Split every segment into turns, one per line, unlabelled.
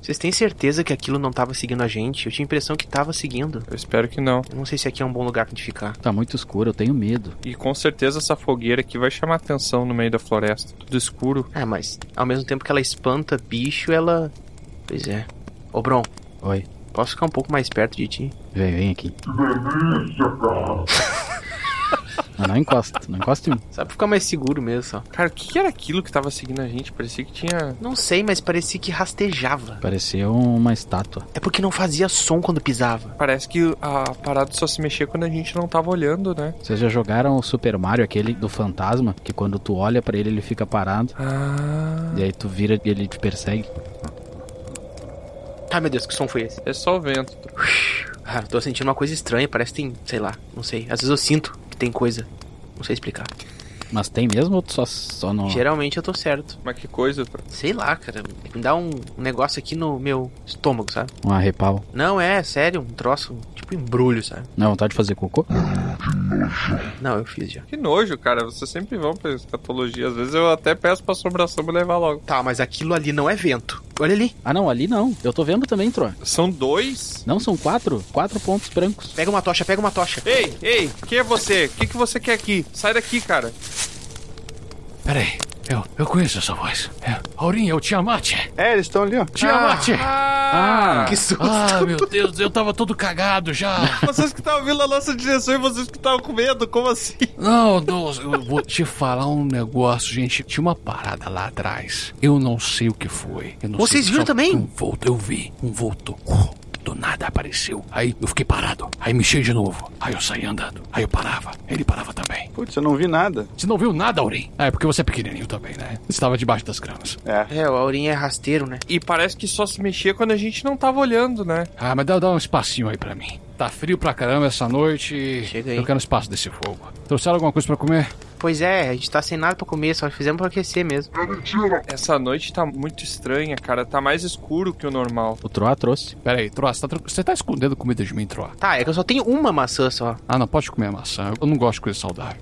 Vocês têm certeza que aquilo não tava seguindo a gente? Eu tinha a impressão que tava seguindo.
Eu espero que não.
Eu não sei se aqui é um bom lugar pra gente ficar.
Tá muito escuro, eu tenho medo.
E com certeza essa fogueira aqui vai chamar atenção no meio da floresta. Tudo escuro.
Ah, mas ao mesmo tempo que ela espanta bicho, ela. Pois é. Ô, Bron,
Oi,
posso ficar um pouco mais perto de ti?
vem, vem aqui. Não, não encosta, não encosta em mim.
Só pra ficar mais seguro mesmo, só.
Cara, o que que era aquilo que tava seguindo a gente? Parecia que tinha.
Não sei, mas parecia que rastejava.
Pareceu uma estátua.
É porque não fazia som quando pisava.
Parece que a parada só se mexia quando a gente não tava olhando, né?
Vocês já jogaram o Super Mario, aquele do fantasma, que quando tu olha pra ele, ele fica parado.
Ah.
E aí tu vira e ele te persegue.
Ai, Ah, meu Deus, que som foi esse?
É só o vento.
Ah, eu tô sentindo uma coisa estranha, parece que tem, sei lá, não sei. Às vezes eu sinto que tem coisa. Não sei explicar.
Mas tem mesmo ou tu só, só não...
Geralmente eu tô certo.
Mas que coisa, pô.
Sei lá, cara. Me dá um um negócio aqui no meu estômago, sabe?
Um arrepal?
Não, é, sério, um troço, tipo embrulho, sabe?
Não, é vontade de fazer cocô?
Não, eu fiz já.
Que nojo, cara. Vocês sempre vão pra escatologia. Às vezes eu até peço pra assombração me levar logo.
Tá, mas aquilo ali não é vento. Olha ali.
Ah, não, ali não. Eu tô vendo também, Tron.
São dois?
Não, são quatro. Quatro pontos brancos.
Pega uma tocha, pega uma tocha.
Ei, ei, quem é você? O que, que você quer aqui? Sai daqui, cara.
Peraí, eu, eu conheço essa voz. É, Aurinha, é o Tiamat.
É, eles estão ali, ó.
Tiamat!
Ah!
Que susto.
Ah, meu Deus, eu tava todo cagado já.
Vocês que estavam vindo a nossa direção e vocês que estavam com medo, como assim?
Não, não, eu vou te falar um negócio, gente. Tinha uma parada lá atrás. Eu não sei o que foi. Eu não
Vocês
sei,
viram
só
também?
Um vulto, eu vi. Um vulto. Uh, Do nada apareceu. Aí eu fiquei parado. Aí mexi de novo. Aí eu saí andando. Aí eu parava. Ele parava também.
Putz, eu não vi nada.
Você não viu nada, Aurim? É, porque você é pequenininho também, né? Você estava debaixo das gramas.
É.
É, o Aurinha é rasteiro, né?
E parece que só se mexia quando a gente não tava olhando, né?
Ah, mas dá, dá um espacinho aí pra mim. Tá frio pra caramba essa noite.
Chega aí.
Eu quero um espaço desse fogo. Trouxeram alguma coisa pra comer?
Pois é, a gente tá sem nada pra comer, só fizemos pra aquecer mesmo.
Essa noite tá muito estranha, cara. Tá mais escuro que o normal.
O Troá trouxe.
Pera aí, Troá, você tá, tro- você tá escondendo comida de mim, Troá?
Tá, é que eu só tenho uma maçã só.
Ah, não pode comer a maçã. Eu não gosto de coisa saudável.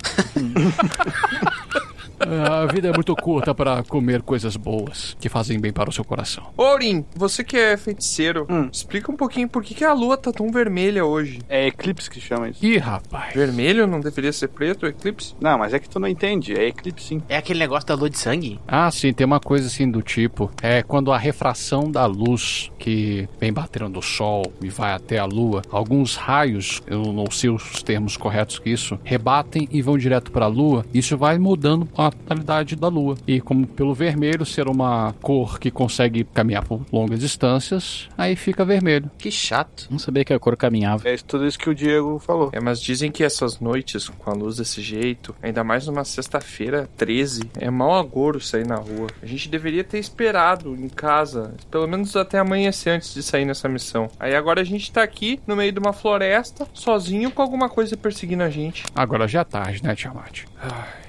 Ah, A vida é muito curta pra comer coisas boas que fazem bem para o seu coração.
Ô, Aurim, você que é feiticeiro, explica um pouquinho por que, que a lua tá tão vermelha hoje.
É eclipse que chama isso.
Ih, rapaz.
Vermelho não deveria ser preto, o eclipse?
Não, mas é que tu não entende. É eclipse sim.
É aquele negócio da lua de sangue?
Ah, sim, tem uma coisa assim do tipo. É quando a refração da luz que vem batendo do Sol e vai até a Lua, alguns raios, eu não sei os termos corretos que isso, rebatem e vão direto para a Lua. Isso vai mudando a tonalidade da Lua. E como pelo vermelho ser uma cor que consegue caminhar por longas distâncias, aí fica vermelho.
Que chato.
Não sabia que a cor caminhava.
É isso- tudo isso que o Diego falou.
É, mas dizem que essas noites com a luz desse jeito, ainda mais numa sexta-feira 13, é mau agouro sair na rua. A gente deveria ter esperado em casa, pelo menos até amanhecer antes de sair nessa missão. Aí agora a gente tá aqui no meio de uma floresta, sozinho com alguma coisa perseguindo a gente.
Agora já é tarde, né, Tiamat?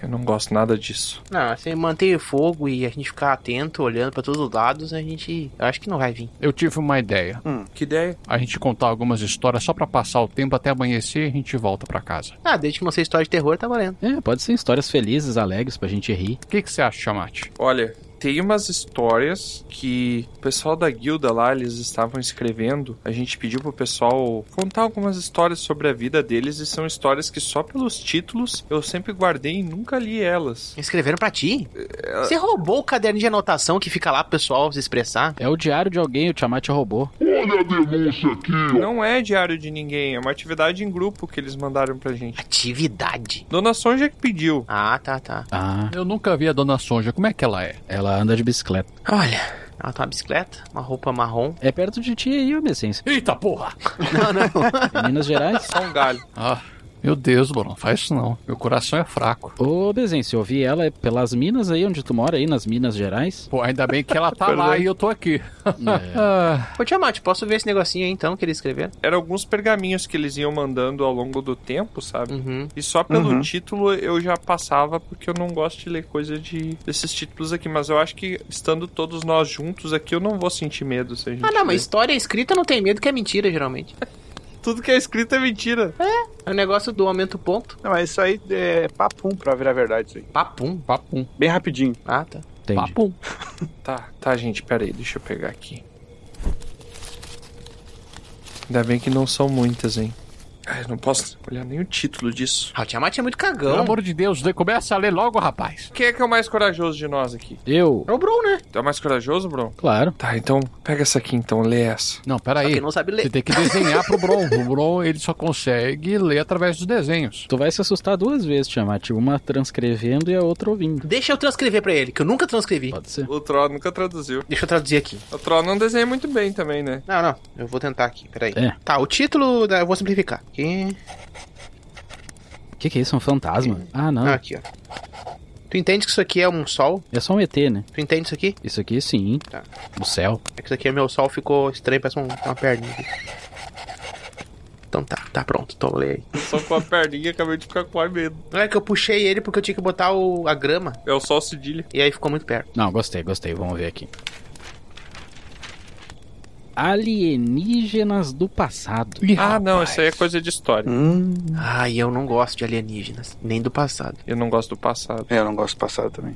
Eu não gosto nada disso.
Não, se manter o fogo e a gente ficar atento, olhando pra todos os lados, a gente. Eu acho que não vai vir.
Eu tive uma ideia.
Que ideia?
A gente contar algumas histórias só pra passar o tempo até amanhecer e a gente volta pra casa.
Ah, desde que não seja história de terror, tá valendo.
É, pode ser histórias felizes, alegres, pra gente rir.
O que que você acha, Tiamat?
Olha, tem umas histórias que o pessoal da guilda lá, eles estavam escrevendo. A gente pediu pro pessoal contar algumas histórias sobre a vida deles e são histórias que só pelos títulos eu sempre guardei e nunca li elas.
Escreveram pra ti? Você roubou o caderno de anotação que fica lá pro pessoal se expressar?
É o diário de alguém, o Tiamat é roubou.
Não é diário de ninguém, é uma atividade em grupo que eles mandaram pra gente.
Atividade.
Dona Sonja que pediu.
Ah, tá, tá.
Ah,
Eu nunca vi a Dona Sonja. Como é que ela é?
ela anda de bicicleta.
Olha, ela tá uma bicicleta, uma roupa marrom.
É perto de ti aí, ô Messência.
Eita porra!
Em Minas Gerais.
Só um galho.
Ah, meu Deus, Bruno, faz isso não. Meu coração é fraco.
Ô, Bezense, eu vi ela pelas minas aí, onde tu mora aí, nas Minas Gerais. É,
Pô, ainda bem que ela tá lá e eu tô aqui.
É.
Ah,
Ô, Tiamat, posso ver esse negocinho aí então que eles escreveram?
Eram alguns pergaminhos que eles iam mandando ao longo do tempo, sabe?
Uhum.
E só pelo
Uhum.
título eu já passava, porque eu não gosto de ler coisa de desses títulos aqui. Mas eu acho que estando todos nós juntos aqui, eu não vou sentir medo se a gente.
Ah, não,
ler.
mas história escrita não tem medo que é mentira, geralmente.
Tudo que é escrito é mentira.
É o negócio do aumento ponto.
Não, mas isso aí é papum pra virar verdade isso aí.
Papum.
papum,
Bem rapidinho.
Ah, tá.
Entendi.
papum.
Tá, tá, gente, pera aí, deixa eu pegar aqui. Ainda bem que não são muitas, hein? Ai, não posso olhar nem o título disso.
Ah, o Tiamat é muito
Pelo
cagão.
amor de Deus, lê- começa a ler logo, rapaz.
Quem é que é o mais corajoso de nós aqui?
Eu?
É o Bron, né?
Tu é o mais corajoso, Bron?
Claro.
Tá, então pega essa aqui então, lê essa.
Não, peraí.
Quem não sabe
Você
ler.
tem que desenhar pro Bron. O Bron, ele só consegue ler através dos desenhos.
Tu vai se assustar duas vezes, Tiamat. Uma transcrevendo e a outra ouvindo.
Deixa eu transcrever pra ele, que eu nunca transcrevi.
Pode ser.
O Troll nunca traduziu.
Deixa eu traduzir aqui.
O Troll não desenha muito bem também, né?
Não, não. Eu vou tentar aqui, peraí.
É.
Tá, o título da. Eu vou simplificar. Aqui.
O que, que é isso? É um fantasma? Ah, não.
Ah, aqui, ó. Tu entende que isso aqui é um sol?
É só um ET, né?
Tu entende isso aqui?
Isso aqui sim.
Tá.
O céu.
É que isso aqui é meu sol, ficou estranho, parece um- uma perninha aqui. Então tá, tá pronto, tô lendo.
Só com a perninha acabei de ficar com ar medo.
Não é que eu puxei ele porque eu tinha que botar o, a grama,
É o sol cedilha.
e aí ficou muito perto.
Não, gostei, gostei. Vamos ver aqui. Alienígenas do passado.
Ah, não, isso aí é coisa de história.
Hum.
Hum. Ai, eu não gosto de alienígenas, nem do passado.
Eu não gosto do passado.
É, eu não gosto de passado também.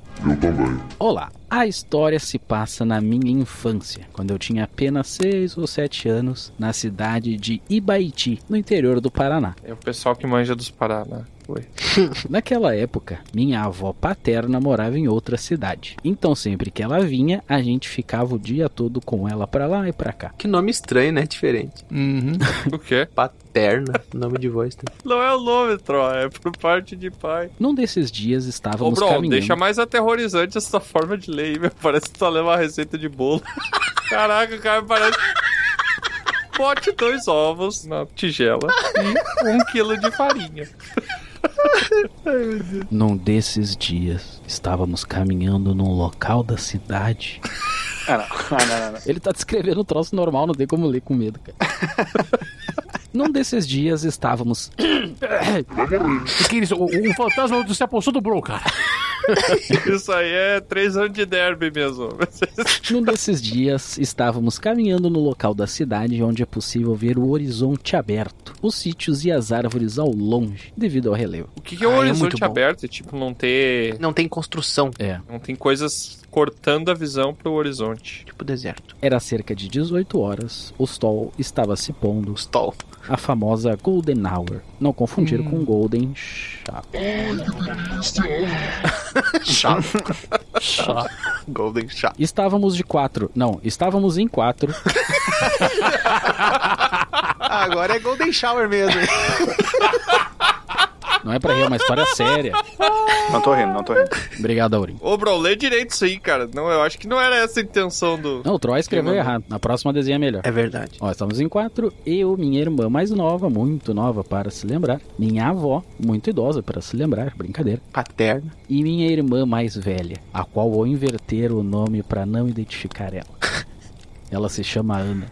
Olá, a história se passa na minha infância, quando eu tinha apenas 6 ou 7 anos, na cidade de Ibaiti, no interior do Paraná.
É o pessoal que manja dos Paraná. Oi.
Naquela época, minha avó paterna morava em outra cidade. Então, sempre que ela vinha, a gente ficava o dia todo com ela pra lá e pra cá.
Que nome estranho, né? Diferente.
Uhum.
O quê?
Paterna, nome de voz também.
Não é o nome, Troll, é por parte de pai.
Num desses dias
Ô,
estávamos
Bron,
caminhando.
deixa mais aterrorizante essa forma de ler aí, meu. Parece que tu tá lendo uma receita de bolo. Caraca, o cara parece. Bote dois ovos na tigela e um quilo de farinha.
Num desses dias, estávamos caminhando num local da cidade
Ah, não. Ah, não, não, não.
Ele tá descrevendo um troço normal, não tem como ler com medo, cara. Num desses dias estávamos.
Que isso? O, o fantasma do se apossou do Bron, cara.
Isso aí é três anos de derby mesmo.
Ah,
Num desses dias estávamos caminhando no local da cidade onde é possível ver o horizonte aberto, os sítios e as árvores ao longe, devido ao relevo.
O que, que é um
Ah, é muito
horizonte
bom.
aberto? É tipo não ter.
Não tem construção,
É.
Não tem coisas cortando a visão pro horizonte.
tipo deserto.
Era cerca de 18 horas, o sol estava se pondo,
Stol.
a famosa Golden Hour. Não confundir com Golden Shower.
Golden Shot.
Estávamos de quatro. Não, estávamos em quatro
Agora é Golden Shower mesmo.
Não é pra rir, é uma história séria.
Não tô rindo, não tô rindo.
Obrigado, Aurim.
Ô, Bron, lê direito isso aí, cara. Não, eu acho que não era essa a intenção do.
Não, o Troy escreveu
Quem mandou?
errado. Na próxima desenha melhor.
É verdade.
Ó, estamos em quatro. Eu, minha irmã mais nova, muito nova para se lembrar. Minha avó, muito idosa para se lembrar, brincadeira.
Paterna.
E minha irmã mais velha, a qual vou inverter o nome pra não identificar ela. Ela se chama Ana.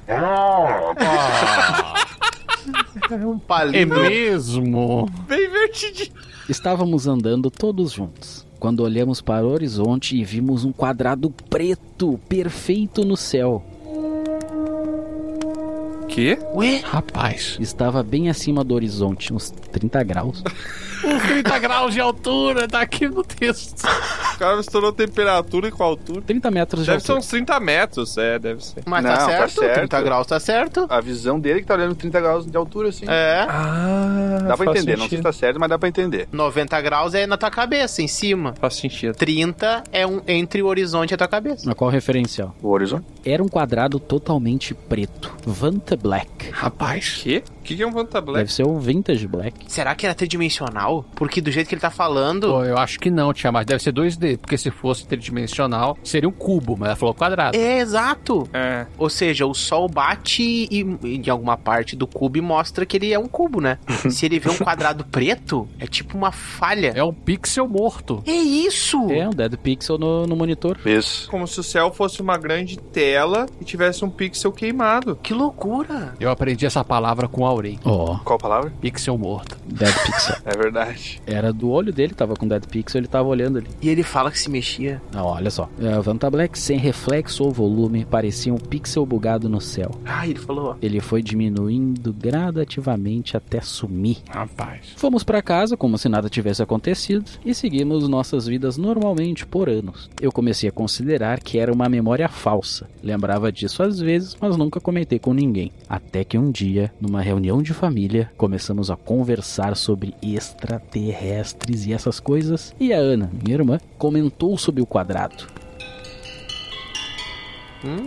Um
É
palito.
mesmo?
Bem vertidinho.
Estávamos andando todos juntos. Quando olhamos para o horizonte e vimos um quadrado preto, perfeito no céu.
Quê?
Ué?
Rapaz.
Estava bem acima do horizonte, uns 30 graus.
30 graus de altura, tá aqui no texto.
O cara misturou temperatura com altura.
30 metros de
Deve ser um
altura.
uns 30 metros, é, deve ser.
Mas
Não,
tá,
tá
certo,
certo.
30 graus tá certo.
A visão dele que tá olhando 30 graus de altura, assim.
É.
Ah,
Dá pra entender, não sei se tá certo, mas dá pra entender.
90 graus é na tua cabeça, em cima.
Faz sentido.
30 é um, entre o horizonte e a tua cabeça.
Mas Qual o referencial?
O horizonte.
Era um quadrado totalmente preto. Vanta Black.
Rapaz.
Quê? O que que é um Vantablack?
Deve ser um vintage black.
Será que era tridimensional? Porque do jeito que ele tá falando,
Pô, eu acho que não, Tia, mas deve ser 2D, porque se fosse tridimensional, seria um cubo, mas ela falou quadrado.
É, exato.
É.
Ou seja, o sol bate e, e de alguma parte do cubo e mostra que ele é um cubo, né? Se ele vê um quadrado preto, é tipo uma falha.
É um pixel morto.
É isso!
É, um dead pixel no, no monitor.
Isso.
Como se o céu fosse uma grande tela e tivesse um pixel queimado.
Que loucura!
Eu aprendi essa palavra com a restaurei.
Ó,
Qual palavra?
Pixel morto.
Dead Pixel.
É verdade.
Era do olho dele, tava com Dead Pixel, ele tava olhando ali.
E ele fala que se mexia.
Não, olha só. É, Vanta Black, sem reflexo ou volume, parecia um pixel bugado no céu.
Ah, ele falou, ó.
Ele foi diminuindo gradativamente até sumir.
Rapaz.
Fomos pra casa como se nada tivesse acontecido e seguimos nossas vidas normalmente por anos. Eu comecei a considerar que era uma memória falsa. Lembrava disso às vezes, mas nunca comentei com ninguém. Até que um dia, numa reunião de família, começamos a conversar sobre extraterrestres e essas coisas, e a Ana, minha irmã, comentou sobre o quadrado.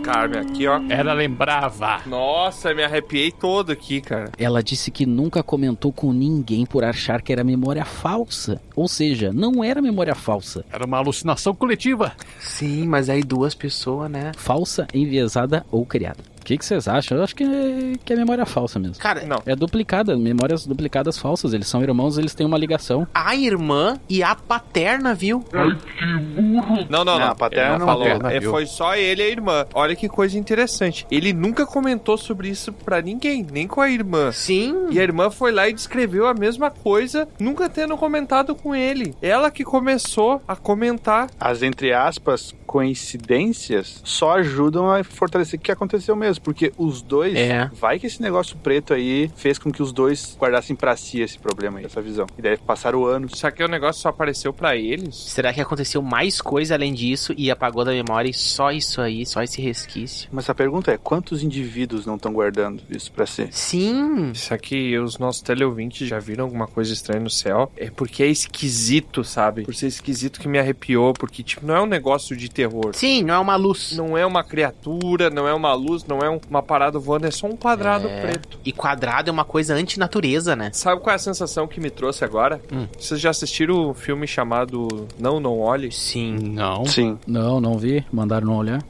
Carmen, aqui, ó.
Ela lembrava.
Nossa, me arrepiei todo aqui, cara.
Ela disse que nunca comentou com ninguém por achar que era memória falsa. Ou seja, não era memória falsa.
Era uma alucinação coletiva.
Sim, mas aí duas pessoas, né?
falsa, enviesada ou criada. O que que vocês acham? Eu acho que é, que é memória falsa mesmo.
Cara,
Não.
É duplicada, memórias duplicadas falsas. Eles são irmãos, eles têm uma ligação.
a irmã e a paterna, viu?
Não, não,
Não,
não.
a paterna
Ele
não
falou.
paterna,
É,
viu?
foi só ele e a irmã. Olha que coisa interessante. Ele nunca comentou sobre isso pra ninguém, nem com a irmã.
Sim.
E a irmã foi lá e descreveu a mesma coisa, nunca tendo comentado com ele. Ela que começou a comentar.
As, entre aspas, coincidências só ajudam a fortalecer o que aconteceu mesmo. Porque os dois.
É.
Vai que esse negócio preto aí fez com que os dois guardassem pra si esse problema aí, essa visão. E daí passaram anos.
Será que o negócio só apareceu pra eles?
Será que aconteceu mais coisa além disso e apagou da memória e só isso aí, só esse resquício?
Mas a pergunta é: quantos indivíduos não estão guardando isso pra si?
Sim.
Isso aqui, os nossos teleouvintes já viram alguma coisa estranha no céu. É porque é esquisito, sabe? Por ser esquisito que me arrepiou, porque, tipo, não é um negócio de terror.
Sim, não é uma luz.
Não é uma criatura, não é uma luz, não é um- uma parada voando, é só um quadrado preto.
E quadrado é uma coisa antinatureza, né?
Sabe qual é a sensação que me trouxe agora?
Hum.
Vocês já assistiram um filme chamado Não, Não Olhe?
Sim.
Não.
Sim.
Não, não vi. Mandaram não olhar.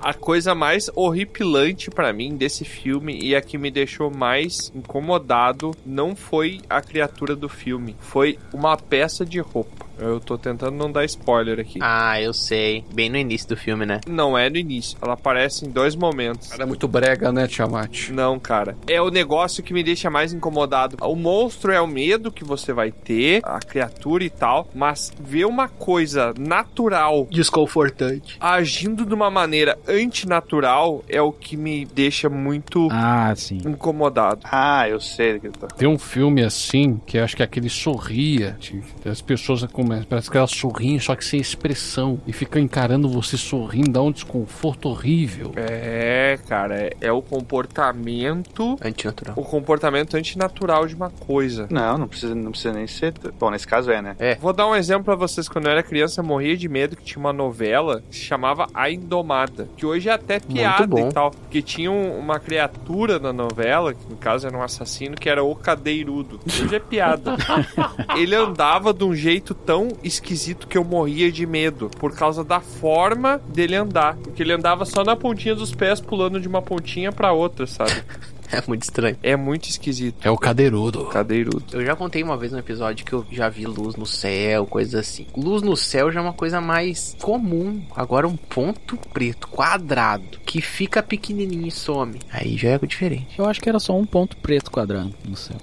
A coisa mais horripilante pra mim desse filme e a que me deixou mais incomodado não foi a criatura do filme, foi uma peça de roupa. Eu tô tentando não dar spoiler aqui.
Ah, eu sei. Bem no início do filme, né?
Não é no início, ela aparece em dois momentos.
Era muito brega, né, Tiamat?
Não, cara. É o negócio que me deixa mais incomodado. O monstro é o medo que você vai ter, a criatura e tal, mas ver uma coisa natural
Desconfortante.
agindo de uma maneira antinatural é o que me deixa muito
Ah, sim.
incomodado.
Ah, eu sei do que ele tá.
Tem um filme assim, que acho que é aquele sorria. tipo, As pessoas começam, parece que elas sorriem, só que sem expressão. E ficam encarando você sorrindo, dá um desconforto horrível.
É, cara, é, é o comportamento.
Antinatural.
O comportamento antinatural de uma coisa.
Não, não precisa, não precisa nem ser. Bom, nesse caso é, né?
Vou dar um exemplo pra vocês. Quando eu era criança, eu morria de medo que tinha uma novela que se chamava A Indomada, que hoje é até piada
bom.
e tal. Porque tinha um- uma criatura na novela, que no caso era um assassino, que era o cadeirudo. Hoje é piada. Ele andava de um jeito tão esquisito que eu morria de medo, por causa da forma dele andar. Porque ele andava só na pontinha dos pés, pulando de uma pontinha pra outra, sabe?
É muito estranho.
É muito esquisito.
É o cadeirudo.
Cadeirudo.
Eu já contei uma vez no episódio que eu já vi luz no céu, coisas assim. Luz no céu já é uma coisa mais comum. Agora um ponto preto, quadrado, que fica pequenininho e some. Aí já é diferente.
Eu acho que era só um ponto preto quadrado no céu.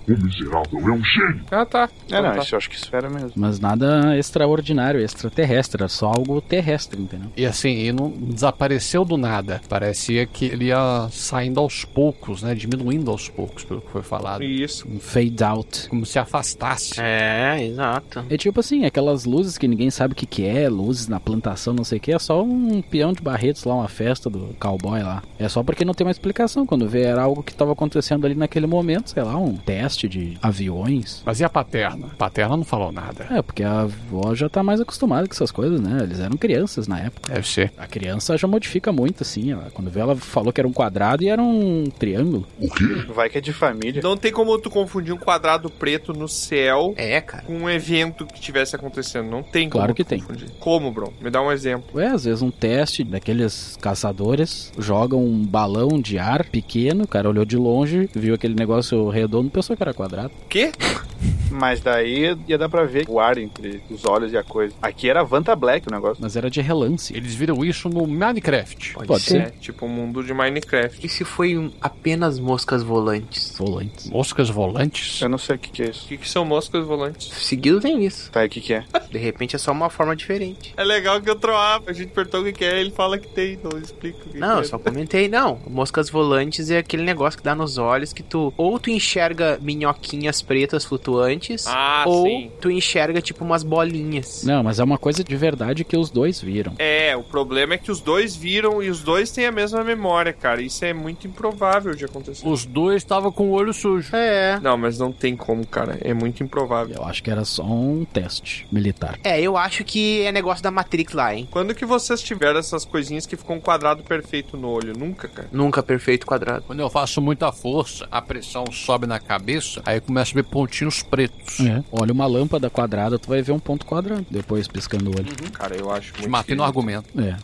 Ah, tá.
É, não,
tá.
isso eu acho que isso era mesmo.
Mas nada extraordinário, extraterrestre. Era só algo terrestre, entendeu?
E assim, ele não desapareceu do nada. Parecia que ele ia saindo aos poucos, né? Diminuindo aos poucos, pelo que foi falado.
Isso.
Um fade out.
Como se afastasse.
É, exato.
É tipo assim, aquelas luzes que ninguém sabe o que, que é, luzes na plantação, não sei o que, é só um peão de barretos lá, uma festa do cowboy lá. É só porque não tem uma explicação. Quando vê, era algo que tava acontecendo ali naquele momento, sei lá, um teste de aviões.
Mas e a paterna? A paterna não falou nada.
É, porque a avó já tá mais acostumada com essas coisas, né? Eles eram crianças na época.
Deve ser.
A criança já modifica muito, assim. Ela, quando vê, ela falou que era um quadrado e era um triângulo.
Vai que é de família.
Não Então tem como tu confundir um quadrado preto no céu
É, cara.
com um evento que tivesse acontecendo. Não tem
Claro
como
que
tu
tem.
confundir. Como, bro? Me dá um exemplo.
Ué, às vezes um teste daqueles caçadores jogam um balão de ar pequeno, o cara olhou de longe, viu aquele negócio redondo, pensou que era quadrado.
Quê?
Mas daí ia dar pra ver o ar entre os olhos e a coisa. Aqui era Vanta Black o negócio.
Mas era de relance.
Eles viram isso no Minecraft.
Pode ser.
É, tipo um mundo de Minecraft.
E se foi um- apenas moscas volantes?
Volantes.
Moscas volantes?
Eu não sei o que, que é
O
isso.
que, que são moscas volantes?
Seguido tem isso.
Tá, e o que, que é?
De repente é só uma forma diferente.
É legal que eu troava. A gente perguntou o que, que é, ele fala que tem, não explica o que,
Não, eu
que é.
só comentei, não. Moscas volantes é aquele negócio que dá nos olhos que tu ou tu enxerga minhoquinhas pretas flutuantes,
Ah,
ou
sim.
tu enxerga tipo umas bolinhas.
Não, mas é uma coisa de verdade que os dois viram.
É, o problema é que os dois viram e os dois têm a mesma memória, cara. Isso é muito improvável de acontecer.
Os dois estavam com o olho sujo.
É.
Não, mas não tem como, cara. É muito improvável.
Eu acho que era só um teste militar.
É, eu acho que é negócio da Matrix lá, hein?
Quando que vocês tiveram essas coisinhas que ficam um quadrado perfeito no olho? Nunca, cara.
Nunca perfeito quadrado.
Quando eu faço muita força, a pressão sobe na cabeça, aí eu começo a ver pontinhos pretos.
É. Olha uma lâmpada quadrada, tu vai ver um ponto quadrado. Depois piscando o olho.
Cara, eu acho
Te
muito.
matei no
esquisito.
argumento.
É.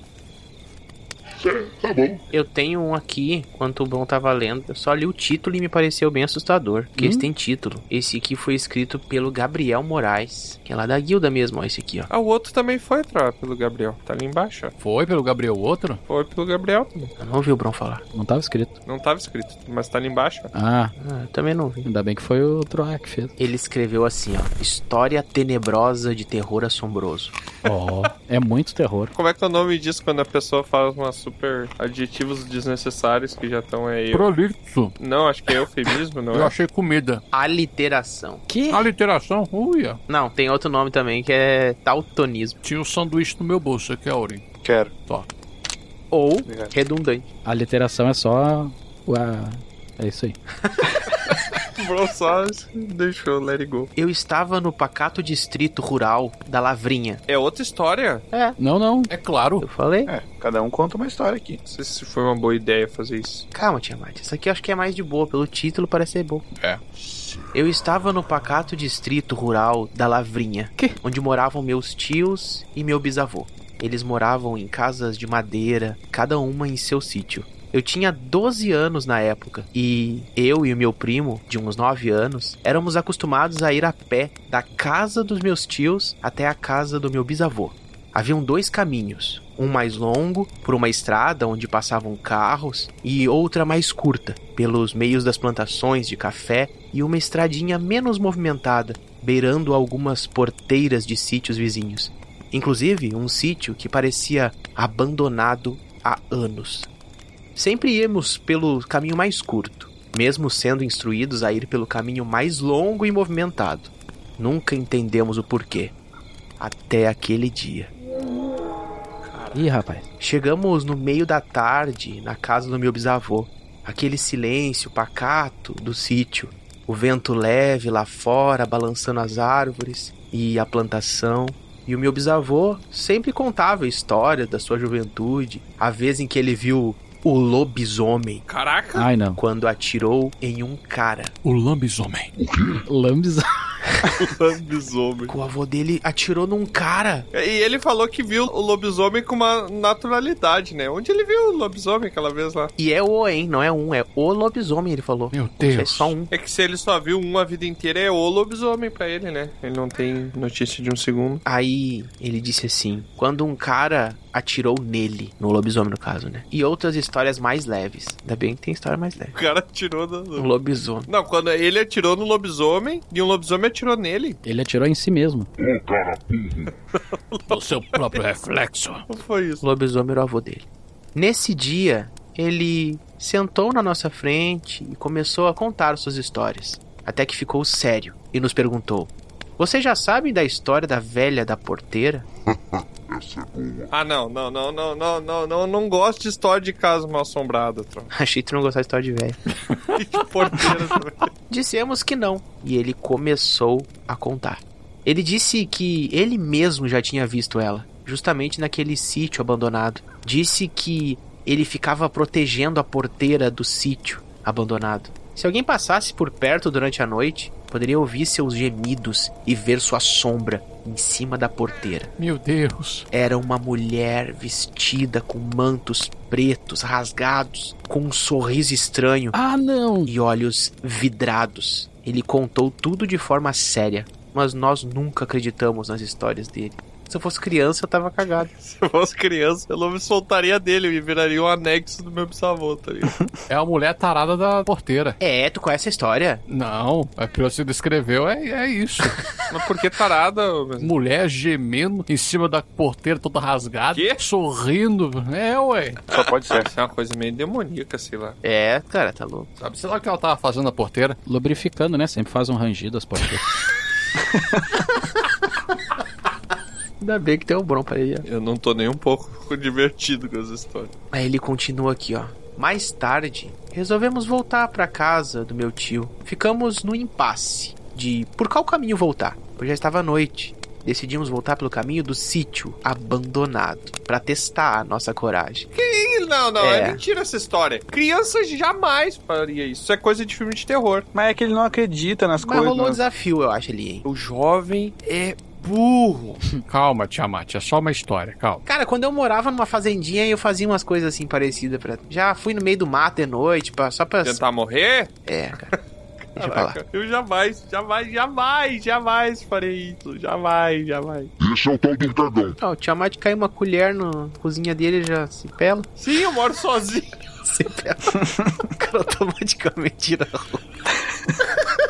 Eu tenho um aqui, enquanto o Bron tava lendo, eu só li o título e me pareceu bem assustador. Porque esse tem título. Esse aqui foi escrito pelo Gabriel Moraes, que é lá da guilda mesmo, ó, esse aqui, ó.
Ah, o outro também foi atrás pelo Gabriel. Tá ali embaixo, ó.
Foi pelo Gabriel outro?
Foi pelo Gabriel também.
Eu não ouvi o Bron falar.
Não tava escrito.
Não tava escrito, mas tá ali embaixo, ó.
Ah,
Ah, eu também não vi.
ainda bem que foi o Troá que fez.
Ele escreveu assim, ó. História tenebrosa de terror assombroso.
Ó, é muito terror.
Como é que é o nome disso quando a pessoa faz umas super adjetivos desnecessários que já estão aí?
Prolixo.
Não, acho que é eufemismo, não
Eu
é?
achei comida.
Aliteração.
Que?
A literação, uia.
Não, tem outro nome também que é tautonismo.
Tinha um sanduíche no meu bolso aqui, Aurim.
Quero.
Ou
Obrigado.
redundante.
A literação é só. Uá, é isso aí.
O Bro só deixou let it go.
Eu estava no pacato distrito rural da Lavrinha.
É outra história?
Não, não.
É claro.
Eu falei?
É, cada um conta uma história aqui.
Não sei se foi uma boa ideia fazer isso.
Calma, Tiamat. Isso aqui eu acho que é mais de boa. Pelo título parece ser boa.
É.
Eu estava no pacato distrito rural da Lavrinha, onde moravam meus tios e meu bisavô. Eles moravam em casas de madeira, cada uma em seu sítio. Eu tinha 12 anos na época e eu e o meu primo, de uns 9 anos, éramos acostumados a ir a pé da casa dos meus tios até a casa do meu bisavô. Haviam dois caminhos, um mais longo, por uma estrada onde passavam carros, e outra mais curta, pelos meios das plantações de café, e uma estradinha menos movimentada, beirando algumas porteiras de sítios vizinhos. Inclusive, um sítio que parecia abandonado há anos. Sempre íamos pelo caminho mais curto, mesmo sendo instruídos a ir pelo caminho mais longo e movimentado. Nunca entendemos o porquê. Até aquele dia.
Ih, rapaz.
Chegamos no meio da tarde na casa do meu bisavô. Aquele silêncio pacato do sítio. O vento leve lá fora balançando as árvores e a plantação. E o meu bisavô sempre contava histórias da sua juventude, a vez em que ele viu o lobisomem
Caraca!
Ai, não.
quando atirou em um cara.
O lambisomem.
Lambis.
Lobisomem.
O avô dele atirou num cara.
E ele falou que viu o lobisomem com uma naturalidade, né? Onde ele viu o lobisomem aquela vez lá?
E é o, hein? Não é um, é o lobisomem, ele falou.
Meu
É
Deus.
só um.
É que se ele só viu um a vida inteira, é o lobisomem pra ele, né? Ele não tem notícia de um segundo.
Aí ele disse assim: quando um cara atirou nele, no lobisomem no caso, né? E outras histórias mais leves. Ainda bem que tem história mais leve.
O cara atirou no...
Um lobisomem.
Não, quando ele atirou no lobisomem e um lobisomem atirou nele.
Ele atirou em si mesmo.
O seu próprio reflexo.
Como foi isso?
O lobisomem era o avô dele. Nesse dia, ele sentou na nossa frente e começou a contar suas histórias. Até que ficou sério e nos perguntou: Vocês já sabem da história da velha da porteira?
Ah, não, não, não, não, não, não, não, não gosto de história de casa mal assombrada, tropa.
Achei que tu não gostava de história de velha.
E de porteira também.
Dissemos que não. E ele começou a contar. Ele disse que ele mesmo já tinha visto ela, justamente naquele sítio abandonado. Disse que ele ficava protegendo a porteira do sítio abandonado. Se alguém passasse por perto durante a noite, poderia ouvir seus gemidos e ver sua sombra em cima da porteira.
Meu Deus.
Era uma mulher vestida com mantos pretos rasgados, com um sorriso estranho
Ah, não.
e olhos vidrados. Ele contou tudo de forma séria, mas nós nunca acreditamos nas histórias dele. Se eu fosse criança, eu tava cagado.
Se eu fosse criança, eu não me soltaria dele e viraria um anexo do meu bisavô, tá ligado?
É a mulher tarada da porteira.
É, tu conhece a história?
Não, a que você descreveu é, é isso.
Mas por que tarada? ô, Mas...
Mulher gemendo em cima da porteira toda rasgada,
Quê?
sorrindo. É, ué.
Só pode ser.
Isso é uma coisa meio demoníaca, sei lá.
É, cara, tá louco.
Sabe, sei lá o que ela tava fazendo na porteira.
Lubrificando, né? Sempre faz um rangido as portas.
Ainda bem que tem um o Bron pra ele.
Eu não tô nem um pouco divertido com essa história.
Aí ele continua aqui, ó. Mais tarde, resolvemos voltar pra casa do meu tio. Ficamos no impasse de por qual caminho voltar, pois já estava noite. Decidimos voltar pelo caminho do sítio abandonado pra testar a nossa coragem.
Ih, Não, não, é.
É.
mentira essa história. Criança jamais faria isso. Isso é coisa de filme de terror.
Mas é que ele não acredita nas
Mas rolou um
coisas. né?
desafio, eu acho ali, hein?
O jovem é burro.
Hum, Calma, Tiamat, é só uma história, calma.
Cara, quando eu morava numa fazendinha, eu fazia umas coisas assim parecidas pra. Já fui no meio do mato de noite, pra- só pra.
Tentar morrer?
É, cara. Deixa pra lá.
Eu jamais, jamais, jamais, jamais farei isso. Jamais, jamais.
Esse é o tal do dragão.
Ah, o Tiamat caiu uma colher na cozinha dele já se pela.
Sim, eu moro sozinho.
Se pela. o cara automaticamente tira a roupa.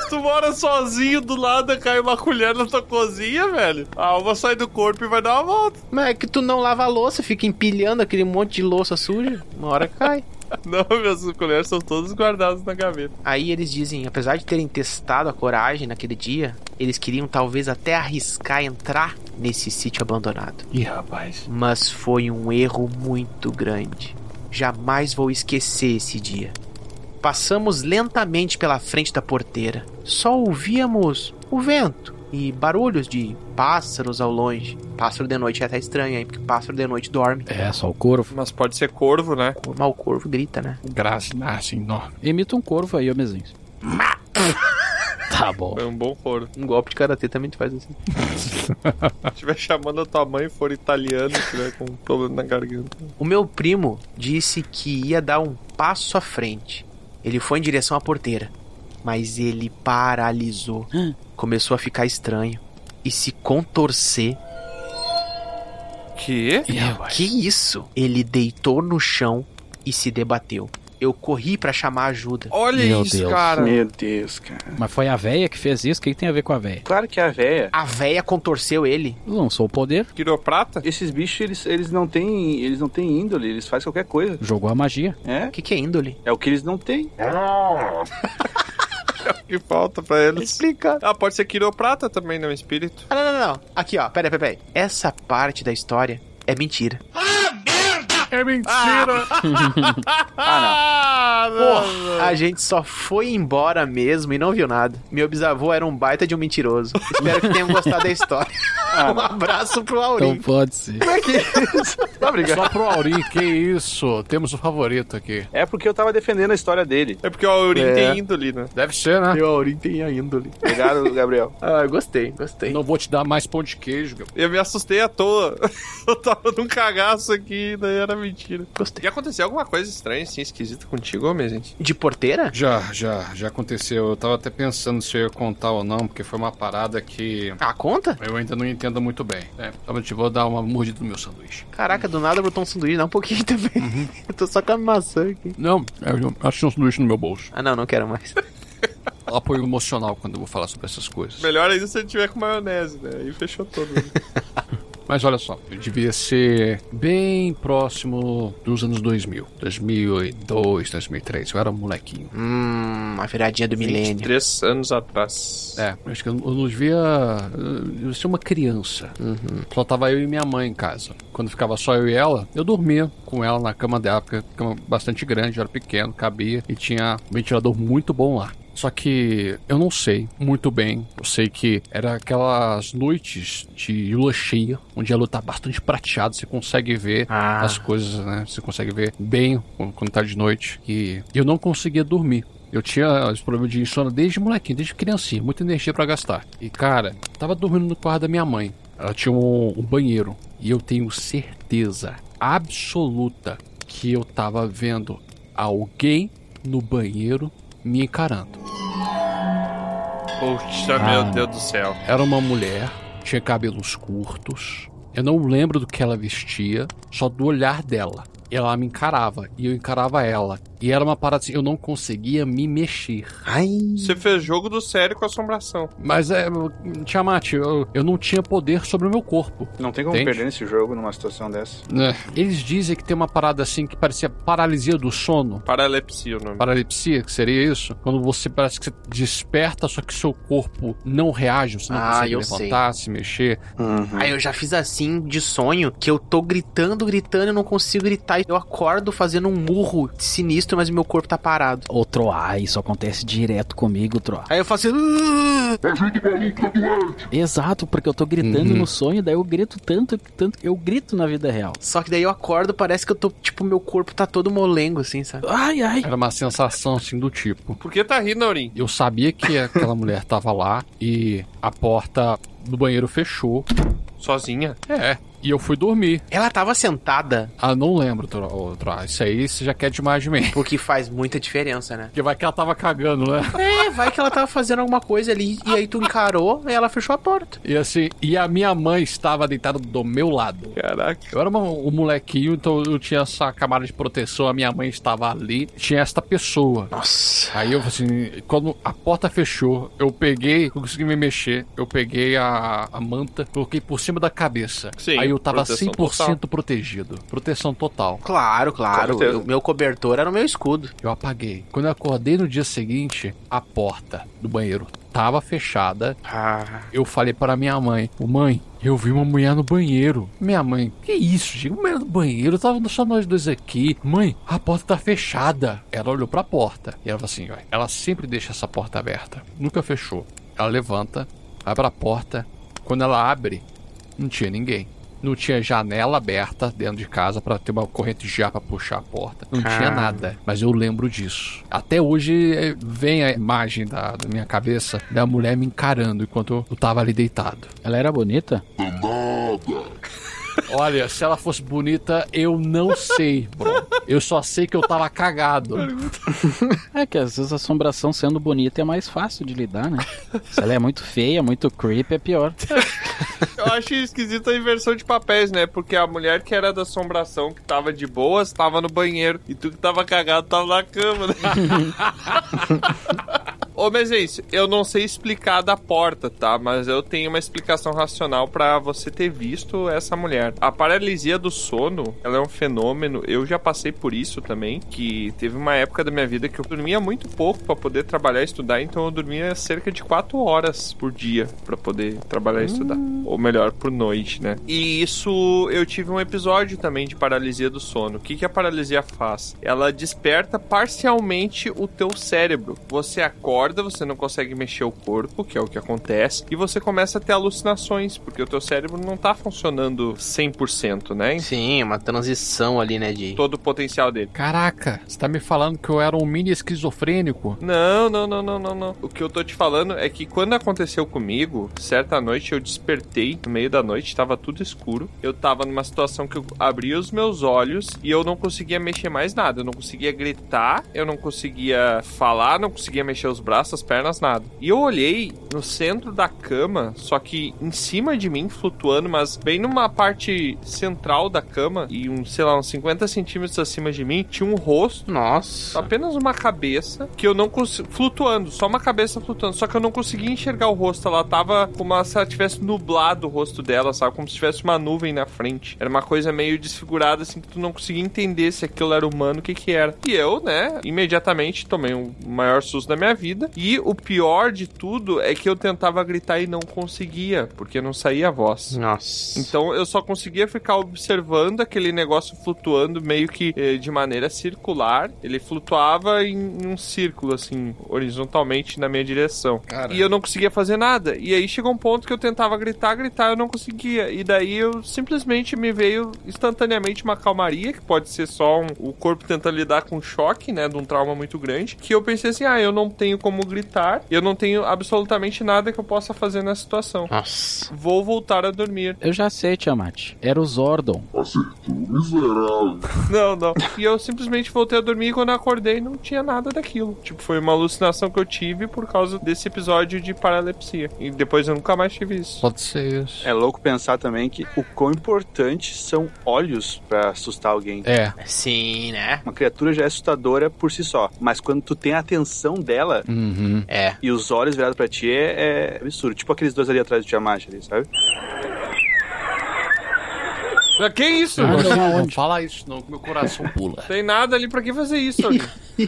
Tu mora sozinho, do lado cai uma colher na tua cozinha, velho. A alma sai do corpo e vai dar uma volta.
Mas é que tu não lava a louça, fica empilhando aquele monte de louça suja, uma hora cai.
Não, meus colheres são todos guardados na gaveta.
Aí eles dizem, apesar de terem testado a coragem naquele dia, eles queriam talvez até arriscar entrar nesse sítio abandonado.
Ih, rapaz.
mas foi um erro muito grande. Jamais vou esquecer esse dia. Passamos lentamente pela frente da porteira. Só ouvíamos o vento e barulhos de pássaros ao longe. Pássaro de noite é até estranho, hein? Porque pássaro de noite dorme.
É, só o corvo.
Mas pode ser corvo, né?
O mau corvo grita, né?
Graça nasce enorme.
Imita um corvo aí, ô mesinho. tá bom.
Foi um bom corvo.
Um golpe de karatê também tu faz assim.
Se estiver chamando a tua mãe e for italiano, e tiver com um problema na garganta.
O meu primo disse que ia dar um passo à frente. Ele foi em direção à porteira, mas ele paralisou. Começou a ficar estranho e se contorcer.
Que?
Ih, rapaz.
Que isso? Ele deitou no chão e se debateu. Eu corri pra chamar ajuda.
Olha
Meu
isso,
Deus.
cara.
né? Meu Deus, cara.
Mas foi a véia que fez isso? O que, que tem a ver com a véia?
Claro que é a véia.
A véia contorceu ele.
Lançou o poder,
Quiroprata?
Esses bichos, eles, eles não têm. Eles não têm índole, eles fazem qualquer coisa.
jogou a magia.
É?
O que, que é índole?
É o que eles não têm.
Que falta pra eles.
Explica.
Ah, pode ser quiroprata também, não é espírito.
Ah, não, não, não. Aqui, ó. Peraí, peraí, peraí. Essa parte da história é mentira.
É mentira!
Ah,
Porra, a gente só foi embora mesmo e não viu nada. Meu bisavô era um baita de um mentiroso. Espero que tenham gostado da história. Um abraço pro
Então
Aurim.
pode ser.
Ah, tá Só pro Aurim, que isso? Temos o favorito aqui.
É porque eu tava defendendo a história dele.
É porque o Aurim
É.
tem índole, né?
Deve ser, né?
Meu Aurim tem a índole.
Obrigado, Gabriel.
Ah, gostei, gostei.
Não vou te dar mais pão de queijo, meu.
Eu me assustei à toa. Eu tava num cagaço aqui, daí era mentira.
Gostei.
Já aconteceu alguma coisa estranha, assim, esquisita contigo, homem, gente?
De porteira?
Já, já, já aconteceu. Eu tava até pensando se eu ia contar ou não, porque foi uma parada que
Ah, conta?
eu ainda não entendo muito bem. É, tá bom, te vou dar uma mordida no meu sanduíche.
Caraca, do nada botou um sanduíche, dá um pouquinho também. Eu tô só com a maçã aqui.
Não, eu achei um sanduíche no meu bolso.
Ah, não, não quero mais.
Apoio emocional quando eu vou falar sobre essas coisas.
Melhor ainda se ele tiver com maionese, né? Aí fechou tudo.
Mas olha só, eu devia ser bem próximo dos anos 2000. 2002, 2003. Eu era um molequinho.
Hum, a viradinha do milênio.
Três anos atrás.
É, acho que eu, eu não devia. Eu ser uma criança. Só tava eu e minha mãe em casa. Quando ficava só eu e ela, eu dormia com ela na cama dela, porque a cama bastante grande, eu era pequeno, cabia e tinha um ventilador muito bom lá. Só que eu não sei muito bem. Eu sei que era aquelas noites de lua cheia, onde a lua tá bastante prateada, você consegue ver
Ah.
as coisas, né? Você consegue ver bem quando quando tá de noite. E eu não conseguia dormir. Eu tinha esse problema de insônia desde molequinho, desde criancinha, muita energia pra gastar. E cara, tava dormindo no quarto da minha mãe. Ela tinha um, um banheiro. E eu tenho certeza absoluta que eu tava vendo alguém no banheiro me encarando.
Puxa,
Ah.
meu Deus do céu.
Era uma mulher, tinha cabelos curtos. Eu não lembro do que ela vestia, só do olhar dela. Ela me encarava e eu encarava ela. E era uma parada assim, eu não conseguia me mexer.
Ai.
Você fez jogo do sério com assombração.
Mas é, Tiamat, eu, eu não tinha poder sobre o meu corpo.
Não tem como
Entende?
perder nesse jogo numa situação dessa.
Eles dizem que tem uma parada assim que parecia paralisia do sono.
Paralepsia o nome.
Paralipsia, que seria isso? Quando você parece que você desperta, só que seu corpo não reage, você não
Ah,
consegue
eu sei.
levantar, se mexer.
Aí eu já fiz assim de sonho que eu tô gritando, gritando, eu não consigo gritar. e Eu acordo fazendo um murro sinistro, mas meu corpo tá parado.
Ô, Troá, isso acontece direto comigo, Troá.
Aí eu faço assim.
Exato, porque eu tô gritando
Uhum.
no sonho, daí eu grito tanto, tanto que eu grito na vida real.
Só que daí eu acordo, parece que eu tô, tipo, meu corpo tá todo molengo, assim, sabe?
Ai, ai.
Era uma sensação assim do tipo.
Por que tá rindo, Aurim?
Eu sabia que aquela mulher tava lá e a porta do banheiro fechou.
Sozinha?
É. E eu fui dormir.
Ela tava sentada,
Ah, não lembro, Tro- ô, Tro- Isso aí você já quer demais de mim.
porque faz muita diferença, né?
Porque vai que ela tava cagando, né?
É, vai que ela tava fazendo alguma coisa ali, e aí tu encarou, e ela fechou a porta.
E assim, e a minha mãe estava deitada do meu lado.
Caraca.
Eu era uma- um molequinho, então eu tinha essa camada de proteção, a minha mãe estava ali, tinha esta pessoa.
Nossa.
Aí eu assim, quando a porta fechou, eu peguei, não consegui me mexer, eu peguei a, a manta, coloquei por cima da cabeça.
Sim,
Aí eu tava
proteção
100% protegido. Proteção total.
Claro, claro.
Com certeza.
Eu- meu cobertor era o meu escudo.
Eu apaguei. Quando eu acordei no dia seguinte, a porta do banheiro tava fechada.
Ah.
Eu falei para minha mãe: "Ô, Mãe, eu vi uma mulher no banheiro. Minha mãe: Que isso, gente? Mulher no banheiro? Tava só nós dois aqui. Mãe, a porta tá fechada. Ela olhou para a porta e ela falou assim: "Ó, Ela sempre deixa essa porta aberta. Nunca fechou. Ela levanta, abre a porta. Quando ela abre, não tinha ninguém. Não tinha janela aberta dentro de casa pra ter uma corrente de ar pra puxar a porta. Não tinha nada. Mas eu lembro disso. Até hoje eh, vem a imagem da, da minha cabeça da mulher me encarando enquanto eu tava ali deitado.
Ela era bonita?
Olha, se ela fosse bonita, eu não sei, bro. Eu só sei que eu tava cagado.
É que às vezes a assombração sendo bonita é mais fácil de lidar, né? Se ela é muito feia, muito creepy, é pior.
Eu acho esquisita a inversão de papéis, né? Porque a mulher que era da assombração, que tava de boas, tava no banheiro. E tu que tava cagado, tava na cama, né? Ô, mas é isso. Eu não sei explicar da porta, tá? Mas eu tenho uma explicação racional pra você ter visto essa mulher. A paralisia do sono, ela é um fenômeno. Eu já passei por isso também, que teve uma época da minha vida que eu dormia muito pouco pra poder trabalhar e estudar, então eu dormia cerca de 4 horas por dia pra poder trabalhar e estudar. Ou melhor, por noite, né? E isso eu tive um episódio também de paralisia do sono. O que, que a paralisia faz? Ela desperta parcialmente o teu cérebro. Você acorda, você não consegue mexer o corpo, que é o que acontece, e você começa a ter alucinações, porque o teu cérebro não tá funcionando 100%, né? Em
Sim, uma transição ali, né, de...
todo o potencial dele.
Caraca, você tá me falando que eu era um mini esquizofrênico?
Não, não, não, não, não, não. O que eu tô te falando é que quando aconteceu comigo, certa noite eu despertei no meio da noite, tava tudo escuro. Eu tava numa situação que eu abria os meus olhos e eu não conseguia mexer mais nada. Eu não conseguia gritar, eu não conseguia falar, não conseguia mexer os braços, as pernas, nada. E eu olhei no centro da cama, só que em cima de mim, flutuando, mas bem numa parte central da cama e um, sei lá, uns 50 centímetros acima de mim, tinha um rosto
Nossa.
apenas uma cabeça que eu não consegui. flutuando, só uma cabeça flutuando. Só que eu não conseguia enxergar o rosto. Ela tava como se ela tivesse nublado o rosto dela, sabe? Como se tivesse uma nuvem na frente. Era uma coisa meio desfigurada, assim, que tu não conseguia entender se aquilo era humano, o que que era. E eu, né, imediatamente tomei o maior susto da minha vida. E o pior de tudo é que eu tentava gritar e não conseguia, porque não saía a voz.
Nossa.
Então eu só conseguia ficar observando aquele negócio flutuando meio que eh, de maneira circular. Ele flutuava em, em um círculo, assim, horizontalmente na minha direção. E eu não conseguia fazer nada. E aí chegou um ponto que eu tentava gritar, gritar, eu não conseguia. E daí eu simplesmente me veio instantaneamente uma calmaria, que pode ser só um- o corpo tentando lidar com um choque, né, de um trauma muito grande. Que eu pensei assim, ah, eu não tenho como como gritar. Eu não tenho absolutamente nada que eu possa fazer nessa situação.
Nossa.
Vou voltar a dormir.
Eu já sei, Tiamat. Era o Zordon.
Não, não. E eu simplesmente voltei a dormir e quando eu acordei não tinha nada daquilo. Tipo, foi uma alucinação que eu tive por causa desse episódio de paralepsia. E depois eu nunca mais tive isso.
Pode ser isso.
É louco pensar também que o quão importantes são olhos pra assustar alguém.
É.
Sim, né?
Uma criatura já é assustadora por si só, mas quando tu tem a atenção dela
Uhum.
É.
e os olhos virados pra ti é, é absurdo. Tipo aqueles dois ali atrás do Tiamat ali, sabe?
Pra que isso?
Ah,
Não
não, não fala isso, não, que meu coração pula.
tem nada ali pra que fazer isso, ali.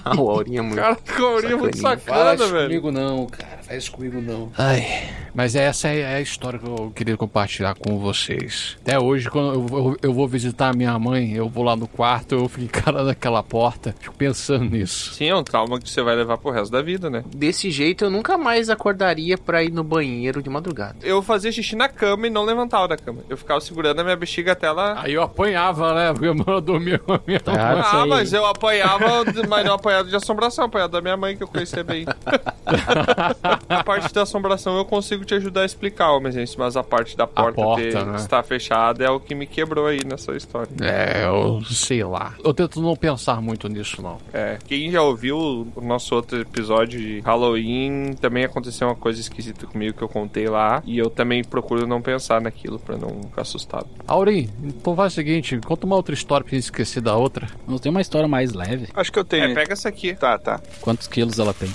A Aurinha é muito.
Cara, que aurinha muito sacana, velho.
não, cara. Faz isso comigo não. Ai, mas essa é a história que eu queria compartilhar com vocês. Até hoje, quando eu, vou- eu vou visitar a minha mãe, eu vou lá no quarto, eu fico encarando aquela porta, fico pensando nisso.
Sim, é um trauma que você vai levar pro resto da vida, né?
Desse jeito eu nunca mais acordaria pra ir no banheiro de madrugada.
Eu fazia xixi na cama e não levantava da cama. Eu ficava segurando a minha bexiga até ela.
Aí eu apanhava, né? Porque eu dormia com a minha mãe.
Errado isso
Ah,
aí.
mas eu apanhava, mas não apanhava de assombração, apanhava da minha mãe que eu conhecia bem. a parte da assombração eu consigo te ajudar a explicar, ô, mas gente, mas a parte da porta,
porta,
ter-
né?
estar fechada é o que me quebrou aí nessa história.
É, eu sei lá. Eu tento não pensar muito nisso, não.
É, quem já ouviu o nosso outro episódio de Halloween, também aconteceu uma coisa esquisita comigo que eu contei lá, e eu também procuro não pensar naquilo pra não ficar assustado.
Aurim, então faz o seguinte, conta uma outra história pra gente esquecer da outra.
Não tem uma história mais leve.
Acho que eu tenho.
É, pega essa aqui.
Tá, tá.
Quantos quilos ela tem?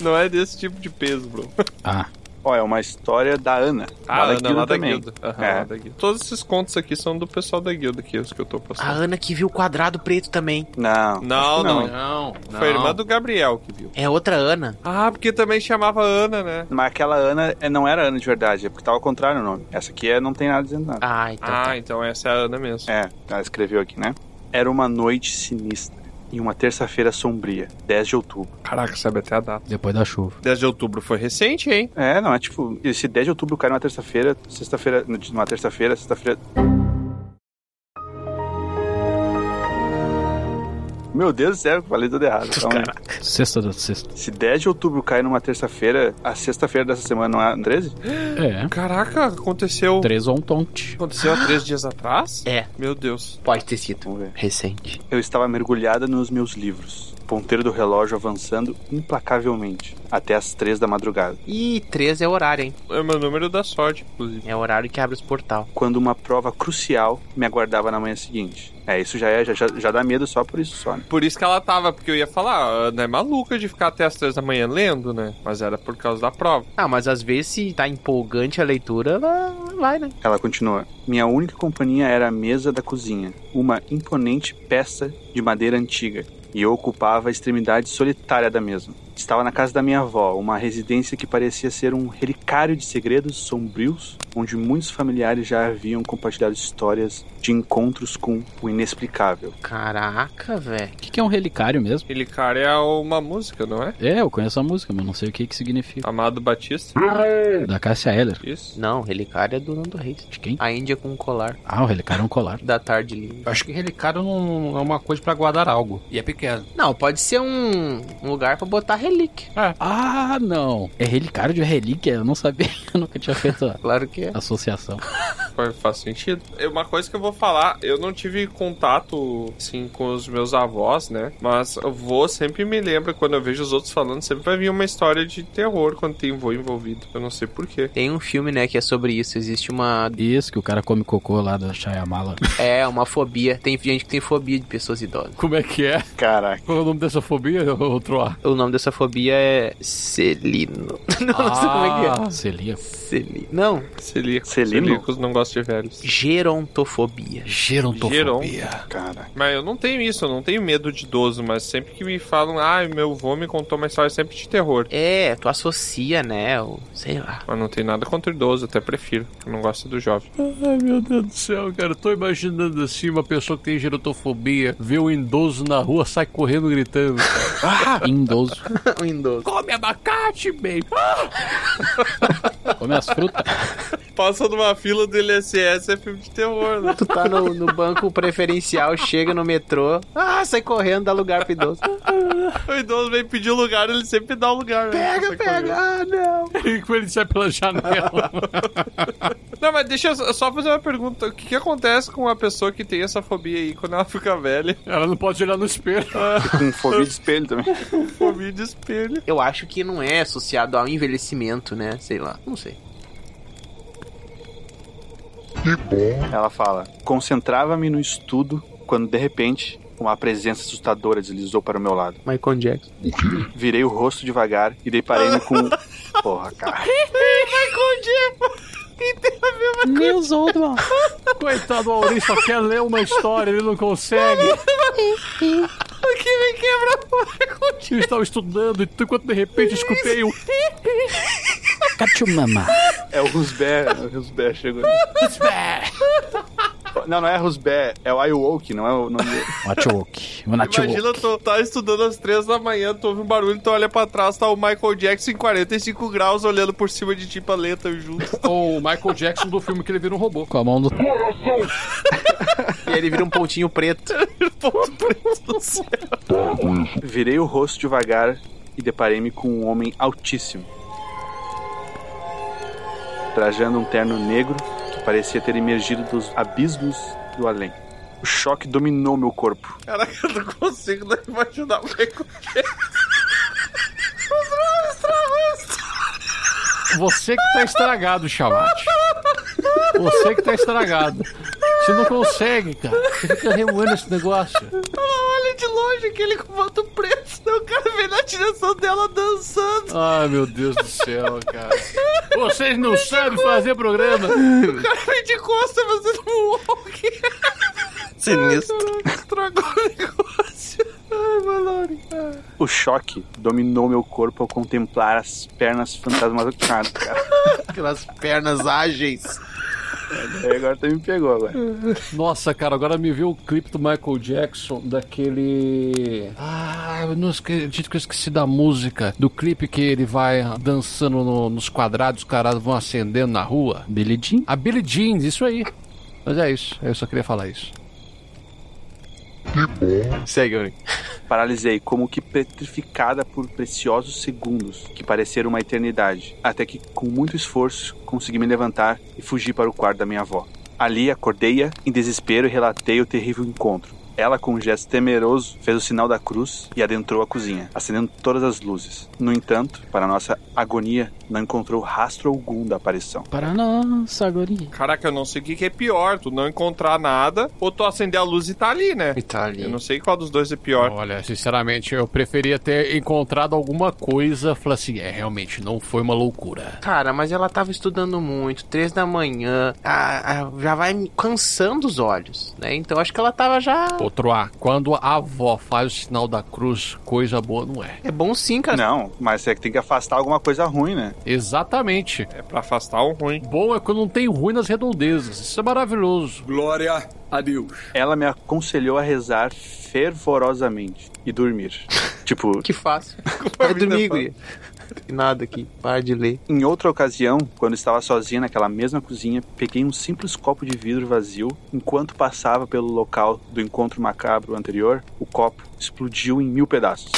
Não é desse tipo de peso, bro.
Ah,
Ó, é uma história da Ana.
Ah,
da
Ana,
Guilda
lá da
também.
guilda. Aham,
É.
lá da guilda. Todos esses contos aqui são do pessoal da guilda, que é os que eu tô
A
postando.
Ana que viu o quadrado preto também.
Não.
Não,
acho que
não,
Não,
Foi a irmã do Gabriel que viu.
É outra Ana.
Ah, porque também chamava Ana, né?
Mas aquela Ana é, não era Ana de verdade, é porque tava ao contrário o nome. Essa aqui é, não tem nada dizendo nada.
Ah, então.
Ah,
tá.
então essa é a Ana mesmo.
É, ela escreveu aqui, né? Era uma noite sinistra. E uma terça-feira sombria, 10 de outubro.
Caraca, sabe até a data.
depois da chuva.
10 de outubro foi recente, hein?
É, não, é tipo, se 10 de outubro cai numa terça-feira, sexta-feira, numa terça-feira, sexta-feira. Meu Deus do céu, falei tudo errado.
Então,
Calma aí.
Sexta da sexta.
se 10 de outubro cai numa terça-feira, a sexta-feira dessa semana não é 13?
É.
Caraca, aconteceu.
Três ou um tonte.
Aconteceu há três dias atrás?
É.
Meu Deus.
Pode ter sido.
Vamos ver.
Recente.
Eu estava mergulhada nos meus livros, o ponteiro do relógio avançando implacavelmente, até as três da madrugada,
E 3 é horário, hein?
É o meu número da sorte, inclusive.
É o horário que abre os portal.
quando uma prova crucial me aguardava na manhã seguinte. É, isso já é, já, já- já dá medo só por isso só, né?
Por isso que ela tava, porque eu ia falar, a Ana é maluca de ficar até as três da manhã lendo, né? Mas era por causa da prova.
Ah, mas às vezes se tá empolgante a leitura, ela vai, né?
Ela continua. Minha única companhia era a mesa da cozinha, uma imponente peça de madeira antiga, e eu ocupava a extremidade solitária da mesma. Estava na casa da minha avó, uma residência que parecia ser um relicário de segredos sombrios, onde muitos familiares já haviam compartilhado histórias de encontros com o inexplicável.
Caraca, velho.
O que, que é um relicário mesmo?
Ele, cara, é uma música, não é?
É, eu conheço a música, mas não sei o que que significa.
Amado Batista.
Da Cássia Heller.
Isso.
Não, relicário é do Nando Reis.
De quem?
A Índia com um colar
Ah, o relicário é um colar.
da tarde livre.
Eu acho que relicário não é uma coisa pra guardar algo. E é pequeno.
Não, pode ser um, um lugar pra botar relíquia.
Ah, não. É relicário de relíquia? Eu não sabia. Eu nunca tinha feito a
Claro que é.
associação.
Faz- Faz sentido. É Uma coisa que eu vou falar, eu não tive contato, assim, com os meus avós, né? Mas eu vou sempre me lembra, quando eu vejo os outros falando, sempre vai vir uma história de terror quando tem vô envolvido. Eu não sei porquê.
Tem um filme, né, que é sobre isso. Existe uma.
Isso que o cara come cocô lá da Chayamala.
É, uma fobia. Tem gente que tem fobia de pessoas idosas.
Como é que é?
Caraca.
Qual é o nome dessa fobia, ô Troá?
O nome dessa fobia é. Celino. Não,
Ah,
não sei como é que é.
Celíaco.
Celino. Não,
Celíacos.
Celino?
Celíacos não gostam de velhos.
gerontofobia.
Gerontofobia.
Cara.
Mas eu não tenho isso, eu não tenho medo de idoso, mas sempre que me falam, ah, meu vô me contou uma história sempre de terror.
É, tu associa, né? O, sei lá.
Mas não tem nada contra o idoso, até prefiro. Eu não gosto do jovem.
Ai, meu Deus do céu, cara. Eu tô imaginando assim uma pessoa que tem gerotofobia, vê um idoso na rua, sai correndo gritando.
Indoso.
o idoso.
Come abacate, baby!
Come as frutas.
passa numa fila do INSS é filme de terror, né?
Tu tá no, no banco preferencial, chega no metrô, ah, sai correndo, dá lugar pro idoso.
O idoso vem pedir lugar, ele sempre dá o lugar. né?
Pega,
Essa
pega, ah, não.
ele sai pela janela.
Não, mas deixa eu só- só fazer uma pergunta. O que, que acontece com uma pessoa que tem essa fobia aí quando ela fica velha?
Ela não pode olhar no espelho.
Com fobia de espelho também.
Fobia de espelho.
Eu acho que não é associado ao envelhecimento, né? Sei lá, não sei.
Ela fala: Concentrava-me no estudo quando de repente uma presença assustadora deslizou para o meu lado.
Michael Jackson.
Virei o rosto devagar e deparei-me com. um. Porra, cara.
Meus Oldman.
Coitado, o Aurim só quer ler uma história, ele não consegue.
Que me quebra
Eu estava estudando e tu- quando de repente escutei o.
Cachumama.
É o Rusbé. O Rusbé chegou. Rusbé! Não, não é Rusbé, é o Iowoke, não é o nome dele.
Watchwoke. O Natchwoke.
Imagina, tu tá estudando às três da manhã, tu ouve um barulho, tu olha pra trás, tá o Michael Jackson em 45 graus olhando por cima de ti pra ler tão junto.
Ou o Michael Jackson do filme que ele vira um robô.
Com a mão do...
E aí ele vira um pontinho preto.
Ponto preto do céu.
Virei o rosto devagar e deparei-me com um homem altíssimo. Trajando um terno negro que parecia ter emergido dos abismos do além. O choque dominou meu corpo.
Caraca, eu não consigo nem imaginar o Michael
Você que tá estragado, chamate. Você que tá estragado. Você não consegue, cara. Você fica remoendo esse negócio.
Olha de longe aquele com ponto preto, né? o cara vem na direção dela dançando.
Ai, meu Deus do céu, cara. Vocês não sabem fazer programa.
O cara vem de costa fazendo um walk.
Sinistro.
Caraca, estragou o negócio. Ai, Valori.
O choque dominou meu corpo ao contemplar as pernas fantasmaticadas, cara.
Aquelas pernas ágeis.
Aí agora tu me pegou agora.
Nossa, cara, agora me viu o clipe do Michael Jackson, daquele. Ah, eu não acredito que eu esqueci da música. Do clipe que ele vai dançando no- nos quadrados, os caras vão acendendo na rua.
Billy Jean.
A Billie Jeans, isso aí. Mas é isso, eu só queria falar isso.
Segue, Aurim.
Paralisei, como que petrificada por preciosos segundos, que pareceram uma eternidade, até que, com muito esforço, consegui me levantar e fugir para o quarto da minha avó. Ali, acordei-a em desespero e relatei o terrível encontro. Ela, com um gesto temeroso, fez o sinal da cruz e adentrou a cozinha, acendendo todas as luzes. No entanto, para nossa agonia, não encontrou rastro algum da aparição.
Para nossa, guria.
Caraca, eu não sei o que, que é pior, tu não encontrar nada ou tu acender a luz e tá ali, né? Eu não sei qual dos dois é pior.
Olha, sinceramente, eu preferia ter encontrado alguma coisa. Falar assim, é, realmente, não foi uma loucura.
Cara, mas ela tava estudando muito, três da manhã, ah, ah, já vai me cansando os olhos, né? Então acho que ela tava já.
Outro A, quando a avó faz o sinal da cruz, coisa boa não é.
É bom sim, cara.
Não, mas é que tem que afastar alguma coisa ruim, né?
Exatamente.
É pra afastar o ruim.
Bom é quando não tem ruim nas redondezas. Isso é maravilhoso.
Glória a Deus.
Ela me aconselhou a rezar fervorosamente e dormir. tipo,
Que fácil. Vai
vida
dormir,
é
guria. Tem Nada aqui, para de ler.
Em outra ocasião, quando estava sozinha naquela mesma cozinha, peguei um simples copo de vidro vazio. Enquanto passava pelo local do encontro macabro anterior, o copo explodiu em mil pedaços.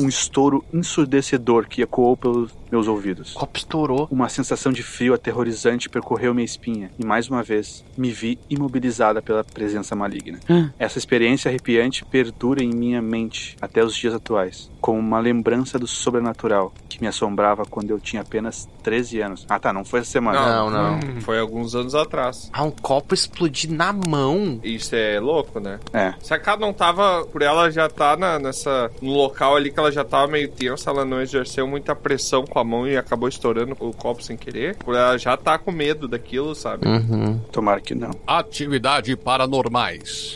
Um estouro ensurdecedor que ecoou pelos meus ouvidos.
O copo estourou.
Uma sensação de frio aterrorizante percorreu minha espinha e, mais uma vez, me vi imobilizada pela presença maligna. Essa experiência arrepiante perdura em minha mente até os dias atuais, como uma lembrança do sobrenatural que me assombrava quando eu tinha apenas 13 anos. Ah, tá, não foi essa semana.
Não, não.
hum, Foi alguns anos atrás.
Ah, um copo explodir na mão.
Isso é louco, né?
É.
Se a cara não tava por ela já tá na- nessa no local ali que ela já tava meio tensa, ela não exerceu muita pressão com a mão e acabou estourando o copo sem querer. Por ela já tá com medo daquilo, sabe?
Uhum.
Tomara que não.
Atividade paranormais.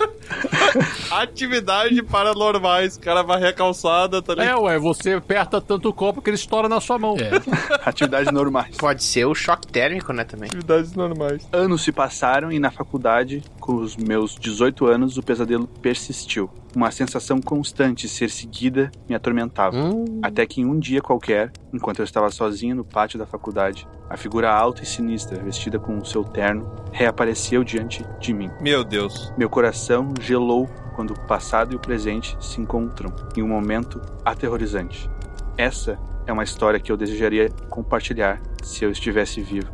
Atividade paranormais, o cara varrer a calçada, tá ligado?
é, ué, você aperta tanto o copo que ele estoura na sua mão.
Atividades normais.
Pode ser o choque térmico, né, também.
Atividades normais.
Anos se passaram e na faculdade, com os meus 18 anos, o pesadelo persistiu. Uma sensação constante de ser seguida me atormentava.
Hum.
Até que em um dia qualquer, enquanto eu estava sozinha no pátio da faculdade, A figura alta e sinistra, vestida com o seu terno, reapareceu diante de mim.
Meu Deus.
Meu coração gelou quando o passado e o presente se encontram em um momento aterrorizante. Essa é uma história que eu desejaria compartilhar se eu estivesse vivo.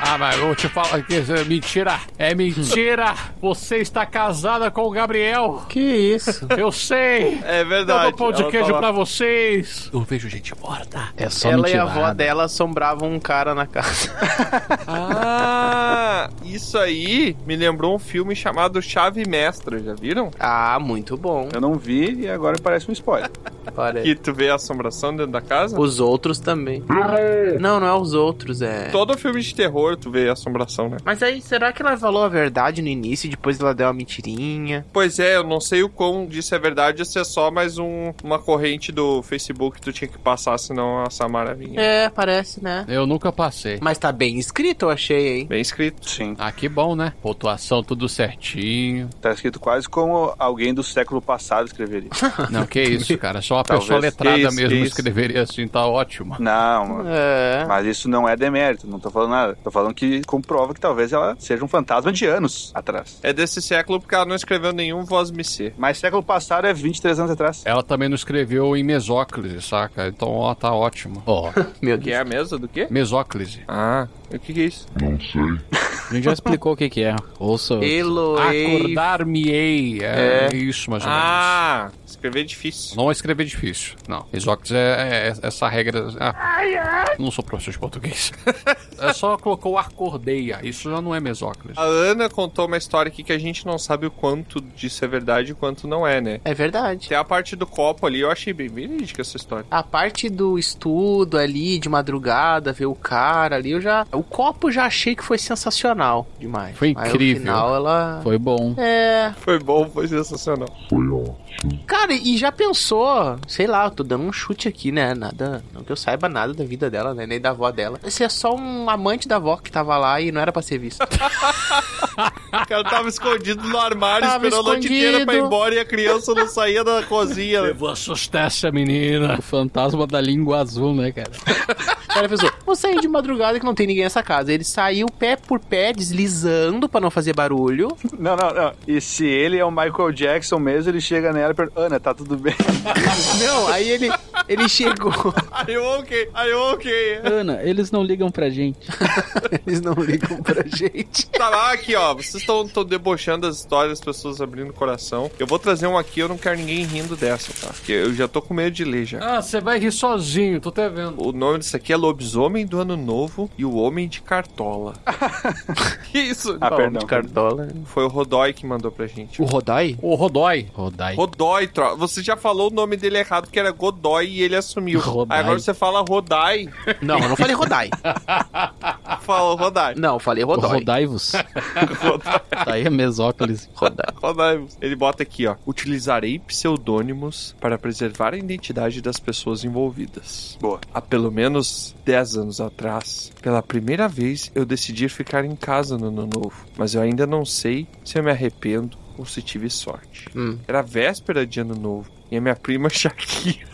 Ah, mas eu vou te falar que isso é mentira. É mentira. Você está casada com o Gabriel.
Que isso?
Eu sei.
É
Eu
verdade.
dou pão de
tá
Ela
queijo
tava-
pra vocês. Eu vejo gente morta.
É só
Ela e a
mentirada.
avó dela assombravam um cara na casa.
Ah,
Isso aí
me lembrou um filme chamado Chave Mestra, já viram?
Ah, muito bom.
Eu não vi e agora parece um spoiler.
Parece.
Que tu vê a assombração dentro da casa?
Os outros também. Não, não é os outros, é.
Todo filme de terror tu vê a assombração, né?
Mas aí, será que ela falou a verdade no início e depois ela deu uma mentirinha?
Pois é, eu não sei o quão disso é verdade, isso é só mais um- uma corrente do Facebook que tu tinha que passar, senão a Samara vinha.
É, parece, né?
Eu nunca passei.
Mas tá bem escrito, eu achei, hein?
Bem escrito.
Sim.
Ah, que bom, né? Pontuação tudo certinho.
Tá escrito quase como alguém do século passado escreveria.
Não, que isso, cara. Só uma
Talvez.
pessoa letrada
Que isso,
mesmo
que isso.
escreveria assim, tá ótimo.
Não, mano.
É.
Mas isso não é demérito, não tô falando nada. Tô falando que comprova que talvez ela seja um fantasma de anos atrás.
É desse século porque ela não escreveu nenhum voz MC.
Mas século passado é 23 anos atrás.
Ela também não escreveu em mesóclise, saca? Então, ó, tá ótimo. Ó,
Meu
Que
Deus.
é a mesa do quê?
mesóclise.
Ah, e o que, que é isso?
A gente já explicou o que, que é. Ouça.
Eloei.
Acordar-me-ei. É,
É.
isso, mais ou menos.
Ah, escrever é difícil.
Não é escrever difícil. Não. Isócrates é, é- é essa regra. Ah, não sou professor de português. é só colocou acordeia. Isso já não é mesócrates.
A Ana contou uma história aqui que a gente não sabe o quanto disso é verdade e o quanto não é, né?
É verdade.
Tem a parte do copo ali, eu achei bem verídica essa história.
A parte do estudo ali, de madrugada, ver o cara ali, eu já. O copo já achei que foi sensacional demais.
Foi
Aí, no
incrível.
final ela.
Foi bom.
É.
Foi bom, foi sensacional.
Cara, e já pensou? Sei lá, eu tô dando um chute aqui, né? Nada. Não que eu saiba nada da vida dela, né? Nem da avó dela. Esse é só um amante da avó que tava lá e não era pra ser visto.
O cara tava escondido no armário,
Tava
esperando a noite inteira pra ir
escondido.
embora e a criança não saía da cozinha.
vou assustar essa menina.
O fantasma da língua azul, né, cara?
Aí Ela pensou, vou sair de madrugada que não tem ninguém nessa casa. Ele saiu pé por pé, deslizando pra não fazer barulho.
Não, não, não. E se ele é o Michael Jackson mesmo, ele chega nela e pergunta: Ana, tá tudo bem?
Não, aí ele, ele chegou.
Aí eu ok, aí eu ok.
Ana, eles não ligam pra gente.
Eles não ligam pra gente.
Tá lá aqui, ó. Vocês estão tão debochando as histórias, as pessoas abrindo o coração. Eu vou trazer um aqui, eu não quero ninguém rindo dessa, tá? Porque eu já tô com medo de ler já.
Ah, você vai rir sozinho, tô te vendo.
O nome disso aqui é Lobisomem do Ano Novo e o Homem de Cartola. que isso?
Ah, perdão.
cartola.
Foi o Rodói que mandou pra gente.
O Rodai?
O Rodói.
Rodai.
Rodói, tro... você já falou o nome dele errado, porque era Godói e ele assumiu.
Rodai.
Aí agora você fala Rodai.
Não, eu não falei Rodai.
Fala Rodai.
Não, eu falei
O
Rodai.
Rodai-vos. Daí é mesóclise.
Rodai.
Rodai. Ele bota aqui, ó. Utilizarei pseudônimos para preservar a identidade das pessoas envolvidas.
Boa.
Há pelo menos 10 anos atrás, pela primeira vez, eu decidi ficar em casa no ano novo. Mas eu ainda não sei se eu me arrependo ou se tive sorte.
Hum.
Era véspera de ano novo. E a minha prima Shakira.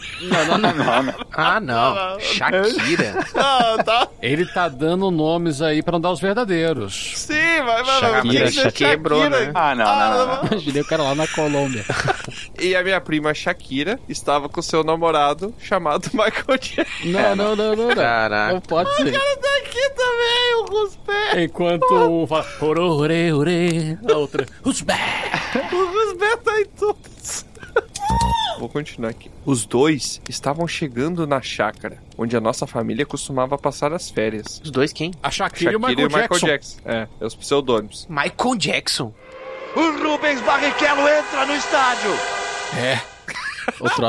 Ah, não. Shakira.
Ah, tá.
Ele tá dando nomes aí pra não dar os verdadeiros.
Sim, mas, mas, mas
Shakira,
isso é
quebrou,
Shakira?
né?
Ah, não, não, não. não.
Imaginei o cara lá na Colômbia.
E a minha prima Shakira estava com seu namorado chamado Michael Jackson.
Não, não, não, não, não.
É, Caraca.
Não pode ser.
Tá aqui também, o Rusbé.
Enquanto um fala. Orore, ore. A outra. Rusbé.
O Rusbé tá em todos. Vou continuar aqui. Os dois estavam chegando na chácara, onde a nossa família costumava passar as férias.
Os dois quem?
A Shakira e o Michael, Jackson.
Jackson. É, é os pseudônimos.
Michael Jackson.
O Tro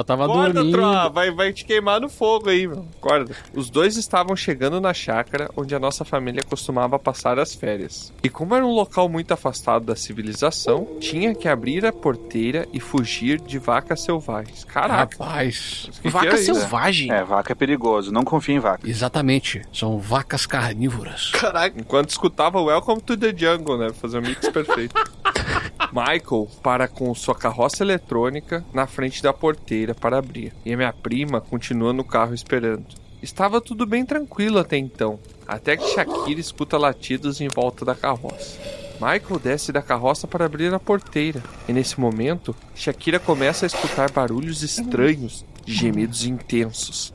tava
Acorda,
Tá dormindo.
Troa, vai, vai te queimar no fogo aí, meu. Acorda. Os dois estavam chegando na chácara onde a nossa família costumava passar as férias. E como era um local muito afastado da civilização, tinha que abrir a porteira e fugir de vacas selvagens. Caraca.
Rapaz.
que que
Vaca
é isso?
selvagem.
É, vaca é perigoso. Não confia em vaca.
Exatamente. São vacas carnívoras.
Enquanto escutava Welcome to the Jungle, né? Fazer um mix perfeito. Michael para com sua carroça eletrônica na frente da porteira para abrir, e a minha prima continua no carro esperando. Estava tudo bem tranquilo até então, até que Shakira escuta latidos em volta da carroça. Michael desce da carroça para abrir a porteira, e nesse momento, Shakira começa a escutar barulhos estranhos, e gemidos intensos.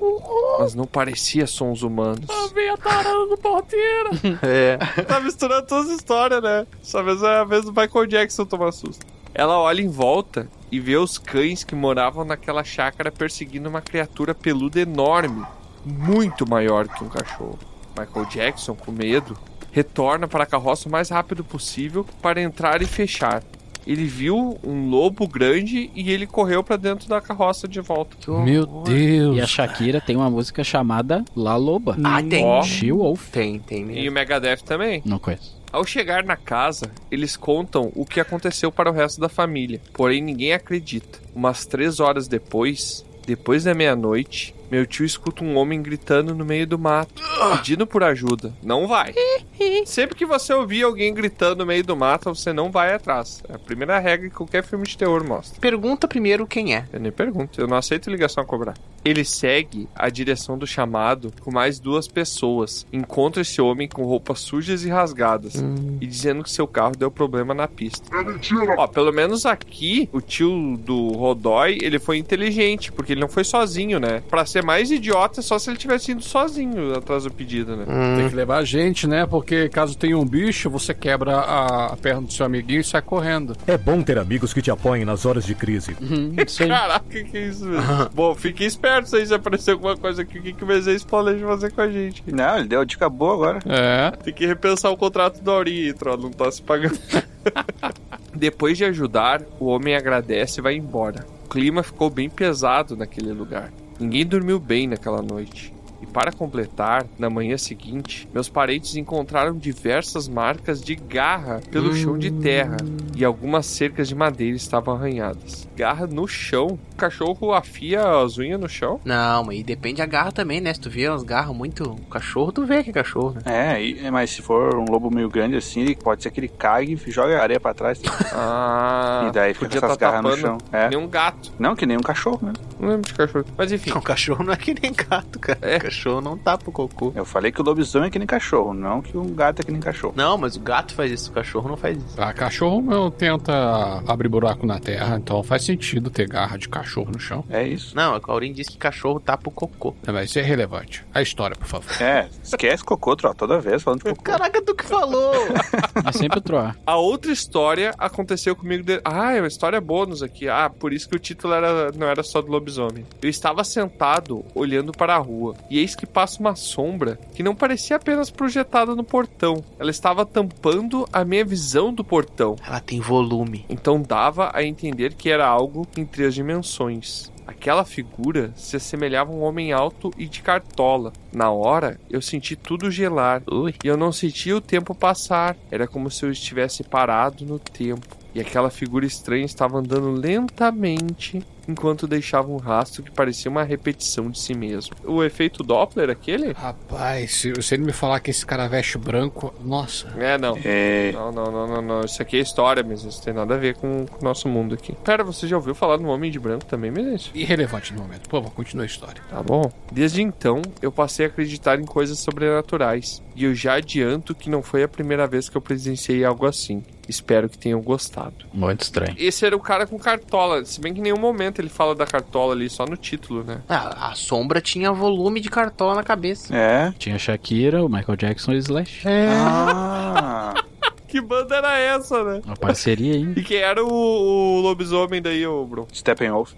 Mas não parecia sons humanos.
Vem a tarando porteira!
É.
Tá misturando todas as histórias, né? Essa vez é a vez do Michael Jackson tomar susto. Ela olha em volta e vê os cães que moravam naquela chácara perseguindo uma criatura peluda enorme, muito maior que um cachorro. Michael Jackson, com medo, retorna para a carroça o mais rápido possível para entrar e fechar. Ele viu um lobo grande e ele correu para dentro da carroça de volta.
Que horror.
Meu Deus!
E a Shakira tem uma música chamada La Loba.
Ah, tem.
Ó.
She Wolf.
Tem, tem
E o
mesmo.
Megadeth também.
Não conheço.
Ao chegar na casa, eles contam o que aconteceu para o resto da família, porém ninguém acredita. Umas três horas depois, depois da meia-noite, meu tio escuta um homem gritando no meio do mato, pedindo por ajuda. Não vai. Sempre que você ouvir alguém gritando no meio do mato, você não vai atrás. É a primeira regra que qualquer filme de terror mostra.
Pergunta primeiro quem é.
Eu nem pergunto, eu não aceito ligação a cobrar. Ele segue a direção do chamado com mais duas pessoas. Encontra esse homem com roupas sujas e rasgadas e dizendo que seu carro deu problema na pista. Ó, pelo menos aqui, o tio do Rodói, ele foi inteligente, porque ele não foi sozinho, né? Pra ser mais idiota, é só se ele tivesse ido sozinho atrás do pedido, né?
Tem que levar a gente, né? Porque caso tenha um bicho, você quebra a, a perna do seu amiguinho e sai correndo.
É bom ter amigos que te apoiem nas horas de crise.
Hum, não sei.
Caraca, que isso, velho. Bom, fiquem espertos aí se aparecer alguma coisa aqui. O que, que o Bezerra planeja fazer com a gente?
Não, ele deu a dica boa agora.
É.
Tem que repensar o contrato da Aurinha, aí, Troll. Não tá se pagando. Depois de ajudar, o homem agradece e vai embora. O clima ficou bem pesado naquele lugar. Ninguém dormiu bem naquela noite. E para completar, na manhã seguinte, meus parentes encontraram diversas marcas de garra pelo chão de terra e algumas cercas de madeira estavam arranhadas. Garra no chão? O cachorro afia as unhas no chão?
Não, mas depende a garra também, né? Se tu vê umas garras muito. Cachorro, tu vê que é cachorro, né?
É, e- mas se for um lobo meio grande assim, ele pode ser que ele cague e joga a areia pra trás.
Ah,
e daí fica com
podia
essas
estar
garras no
tapando.
chão. É.
Nem um gato.
Não, que nem um cachorro, né?
Não lembro de cachorro. Mas enfim.
Não, cachorro não é que nem gato, cara.
É.
Cachorro não tapa o cocô.
Eu falei que o lobisomem é que nem cachorro, não que um gato é que nem cachorro.
Não, mas o gato faz isso, o cachorro não faz isso.
Ah, cachorro não tenta abrir buraco na terra, então faz sentido ter garra de cachorro no chão.
É isso.
Não, é que o Aurim diz que cachorro tapa o cocô.
É, mas isso é irrelevante. A história, por favor.
É, esquece cocô, troca toda vez falando de cocô.
Caraca, tu que falou!
É sempre o Troar.
A outra história aconteceu comigo. De... Ah, é uma história bônus aqui. Ah, por isso que o título era... não era só do lobisomem. Eu estava sentado, olhando para a rua, e eis que passa uma sombra que não parecia apenas projetada no portão. Ela estava tampando a minha visão do portão.
Ela tem volume.
Então dava a entender que era algo em três dimensões. Aquela figura se assemelhava a um homem alto e de cartola. Na hora, eu senti tudo gelar
Ui.
e eu não sentia o tempo passar. Era como se eu estivesse parado no tempo. E aquela figura estranha estava andando lentamente enquanto deixava um rastro que parecia uma repetição de si mesmo. O efeito Doppler, aquele?
Rapaz, se você não me falar que esse cara veste branco, nossa.
É, não.
É,
Não, não, não, não, não. Isso aqui é história, mas isso tem nada a ver com com o nosso mundo aqui. Cara, você já ouviu falar no Homem de Branco também, Menezes?
Irrelevante no momento. Por favor, continua a história.
Tá bom. Desde então, eu passei a acreditar em coisas sobrenaturais. E eu já adianto que não foi a primeira vez que eu presenciei algo assim. Espero que tenham gostado.
Muito estranho.
Esse era o cara com cartola. Se bem que em nenhum momento ele fala da cartola ali, só no título, né?
Ah, a sombra tinha volume de cartola na cabeça.
é.
Tinha Shakira, o Michael Jackson e o Slash.
É.
Ah,
Que banda era essa, né?
Uma parceria aí.
E quem era o, o lobisomem daí, ô, bro?
Steppenwolf.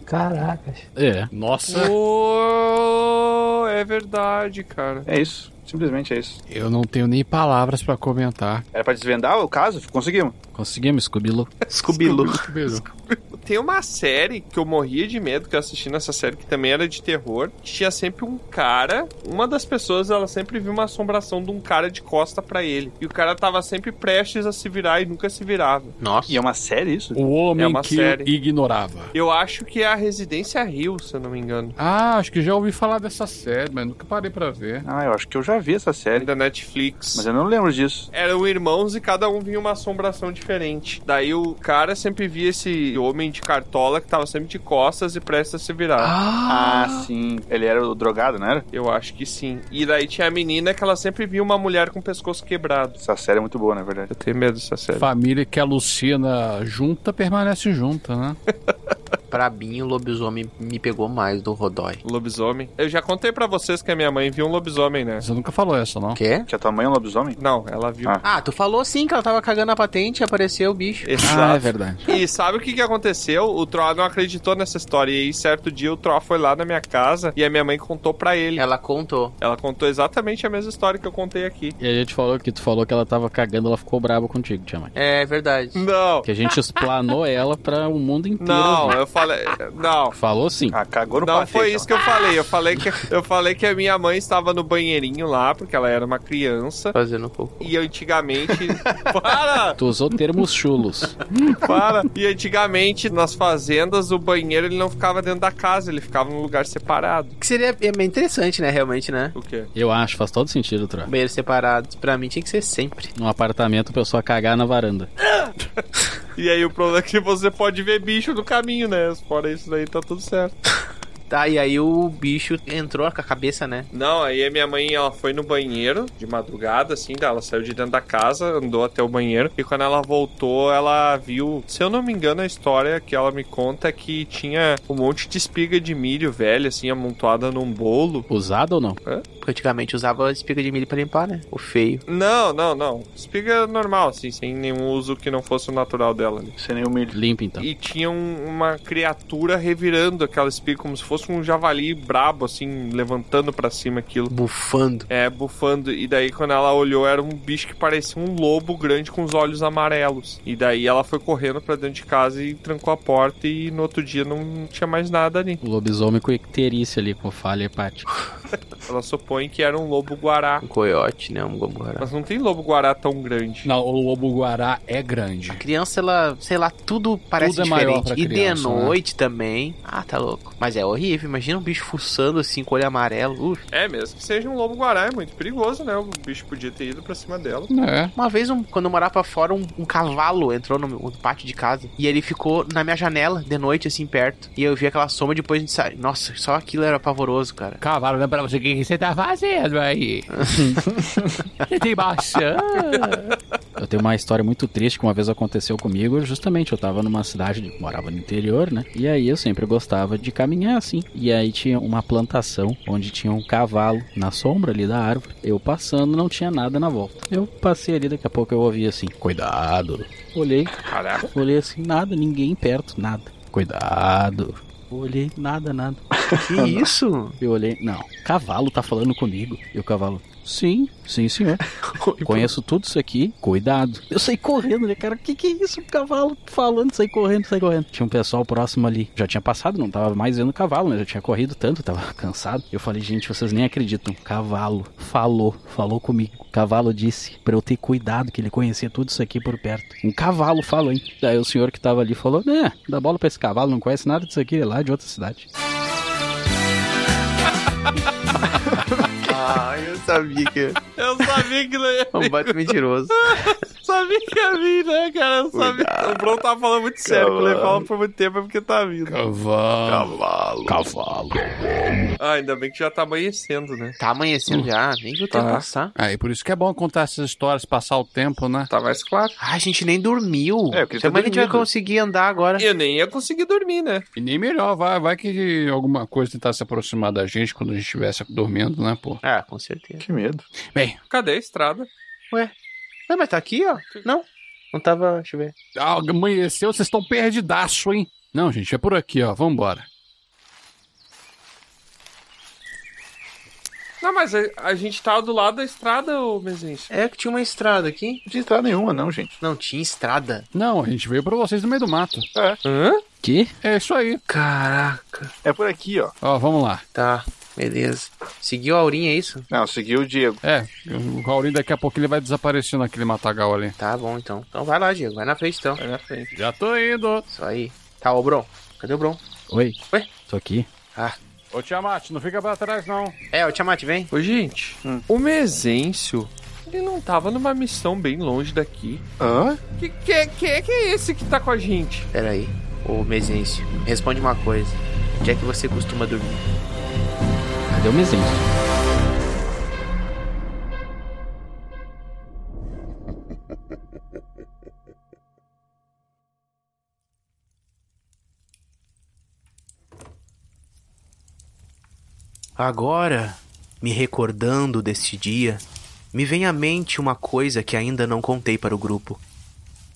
É.
Nossa.
Ô, é verdade, cara.
É isso. Simplesmente é isso.
Eu não tenho nem palavras pra comentar.
Era pra desvendar o caso? Conseguimos.
Conseguimos, Scooby-Loo.
Scooby-Loo.
Primeiro,
tem uma série que eu morria de medo que eu assisti nessa série, que também era de terror. Tinha sempre um cara, uma das pessoas, ela sempre viu uma assombração de um cara de costa pra ele. E o cara tava sempre prestes a se virar e nunca se virava.
Nossa.
E é uma série isso?
O homem
É uma
que
série.
ignorava.
Eu acho que é a Residência Rio, se eu não me engano.
Ah, acho que já ouvi falar dessa série, mas nunca parei pra ver.
Ah, eu acho que eu já vi essa série,
é Da Netflix.
mas eu não lembro disso.
eram irmãos e cada um vinha uma assombração diferente. Daí o cara sempre via esse homem de cartola que tava sempre de costas e prestes a se virar.
Ah, sim. Ele era o drogado, não era?
Eu acho que sim. E daí tinha a menina que ela sempre via uma mulher com o pescoço quebrado.
Essa série é muito boa, na verdade.
Eu tenho medo dessa série.
Família que alucina junta permanece junta, né?
Pra mim, o lobisomem me pegou mais do Rodói.
Lobisomem. Eu já contei pra vocês que a minha mãe viu um lobisomem, né?
Você nunca falou essa, não?
Quê?
Que a tua mãe é um lobisomem?
Não, ela viu.
Ah.
Ah, tu falou sim que ela tava cagando a patente e apareceu o bicho.
Exato.
Ah, é verdade.
E sabe o que, que aconteceu? O Troá não acreditou nessa história. E aí, certo dia, o Troá foi lá na minha casa e a minha mãe contou pra ele.
Ela contou.
Ela contou exatamente a mesma história que eu contei aqui.
E a gente falou que tu falou que ela tava cagando, ela ficou brava contigo, Tia Mãe.
É verdade.
Não,
Que a gente explanou ela pra o mundo inteiro.
não, eu falei. Não,
Falou sim.
Ah, cagou no
Não
patete,
foi
ó.
então.
isso que eu falei. Eu falei que, eu falei que a minha mãe estava no banheirinho lá, porque ela era uma criança.
Fazendo um cocô.
E antigamente. para!
Tu usou termos chulos.
Para! E antigamente, nas fazendas, o banheiro ele não ficava dentro da casa, ele ficava num lugar separado.
Que seria é bem interessante, né? Realmente, né?
O quê?
Eu acho, faz todo sentido, Tro.
Banheiro separado, pra mim tinha que ser sempre.
Num apartamento, a pessoa cagar na varanda.
E aí o problema é que você pode ver bicho no caminho, né? Fora isso daí, tá tudo certo.
Tá, e aí o bicho entrou com a cabeça, né?
Não, aí a minha mãe, ela foi no banheiro de madrugada, assim, ela saiu de dentro da casa, andou até o banheiro, e quando ela voltou, ela viu, se eu não me engano, a história que ela me conta é que tinha um monte de espiga de milho velha, assim, amontoada num bolo.
Usado ou não?
Porque antigamente usava espiga de milho pra limpar, né? O feio.
Não, não, não. Espiga normal, assim, sem nenhum uso que não fosse o natural dela ali.
Você nem humilha.
Limpa, então.
E tinha um- uma criatura revirando aquela espiga, como se fosse um javali brabo, assim, levantando pra cima aquilo.
Bufando.
É, bufando. E daí, quando ela olhou, era um bicho que parecia um lobo grande com os olhos amarelos. E daí, ela foi correndo pra dentro de casa e trancou a porta. E no outro dia, não tinha mais nada ali.
O lobisomem com icterícia ali, com falha hepática.
Ela supõe que era um lobo guará.
Um coiote, né? Um gomorra.
Mas não tem lobo guará tão grande.
Não, o lobo guará é grande.
A criança, ela, sei lá, tudo parece
Tudo é maior
diferente.
pra
e
criança,
de
né?
noite também. Ah, tá louco. Mas é horrível. Imagina um bicho fuçando assim com o olho amarelo. Uf.
É, mesmo que seja um lobo guará, é muito perigoso, né? O bicho podia ter ido pra cima dela.
É.
Uma vez, um- quando eu morava pra fora, um, um cavalo entrou no, meu- no pátio de casa e ele ficou na minha janela de noite, assim, perto. E eu vi aquela sombra depois a gente saiu. Nossa, só aquilo era pavoroso, cara.
Cavalo, lembra pra você o que que você tá fazendo aí? você tem maçã?
Eu tenho uma história muito triste que uma vez aconteceu comigo. Justamente, eu tava numa cidade, morava no interior, né? E aí eu sempre gostava de caminhar assim. E aí tinha uma plantação onde tinha um cavalo na sombra ali da árvore. Eu passando, não tinha nada na volta. Eu passei ali, daqui a pouco eu ouvi assim: Cuidado! Olhei,
Caraca.
olhei assim, nada, ninguém perto, nada. Cuidado! Olhei, nada, nada.
Que isso?
Eu olhei, não, cavalo tá falando comigo. E o cavalo, sim, sim, senhor. Conheço tudo isso aqui, cuidado. Eu saí correndo, né, cara? Que que é isso? O cavalo falando, saí correndo, saí correndo. Tinha um pessoal próximo ali. Já tinha passado, não tava mais vendo o cavalo, né? Já tinha corrido tanto, tava cansado. Eu falei, gente, vocês nem acreditam. Cavalo falou, falou comigo. Cavalo disse pra eu ter cuidado, que ele conhecia tudo isso aqui por perto. Um cavalo falou, hein? Daí o senhor que tava ali falou, né, dá bola pra esse cavalo, não conhece nada disso aqui, é lá de outra cidade.
Ah, eu sabia que.
Eu sabia que não ia.
Um bate mentiroso.
Sabia que ia vir, né, cara? Eu sabia. O Bruno tava falando muito sério. Quando ele fala por muito tempo é porque tá vindo.
Cavalo. Cavalo.
Ah, ainda bem que já tá amanhecendo, né?
Tá amanhecendo já, nem viu o tempo
Tá.
passar.
Aí, por isso que é bom contar essas histórias, passar o tempo, né?
Tá mais claro.
Ah, a gente nem dormiu.
É, eu queria ter
Como é que a gente vai
dormido.
conseguir andar agora?
Eu nem ia conseguir dormir, né?
E nem melhor, vai, vai que alguma coisa tentar se aproximar da gente quando a gente estivesse dormindo, né, pô?
Ah, com certeza.
Que medo.
Bem,
Cadê a estrada?
Não, mas tá aqui, ó. Não. Não tava. Deixa eu ver.
amanheceu, vocês estão perdidaço, hein? Não, gente, é por aqui, ó, vambora.
Não, mas a, a gente tava do lado da estrada, ô Mesinho.
É que tinha uma estrada aqui.
Não tinha entrada nenhuma, não, gente.
Não, tinha estrada.
Não, a gente veio pra vocês no meio do mato.
Hã?
Que?
É isso aí.
Caraca.
É por aqui, ó.
Ó, vamos lá.
Tá, beleza. Seguiu a Aurinha, é isso?
Não, seguiu o Diego.
É, o Gaurinho daqui a pouco ele vai desaparecer naquele matagal ali.
Tá bom, então. Então vai lá, Diego. Vai na frente, então.
Vai Tá na frente.
Já tô indo.
Isso aí. Tá, ô, Bron. Cadê o Bron?
Oi.
Ué?
Tô aqui.
Ô Tiamat, não fica pra trás não.
É, o Tiamat, vem.
Ô, gente, o Mesêncio, ele não tava numa missão bem longe daqui.
Hã?
Que, que, que, que é esse que tá com a gente?
Pera aí. Ô, Mesêncio, responde uma coisa. Onde é que você costuma dormir?
Cadê o mesinho?
Agora, me recordando deste dia, me vem à mente uma coisa que ainda não contei para o grupo.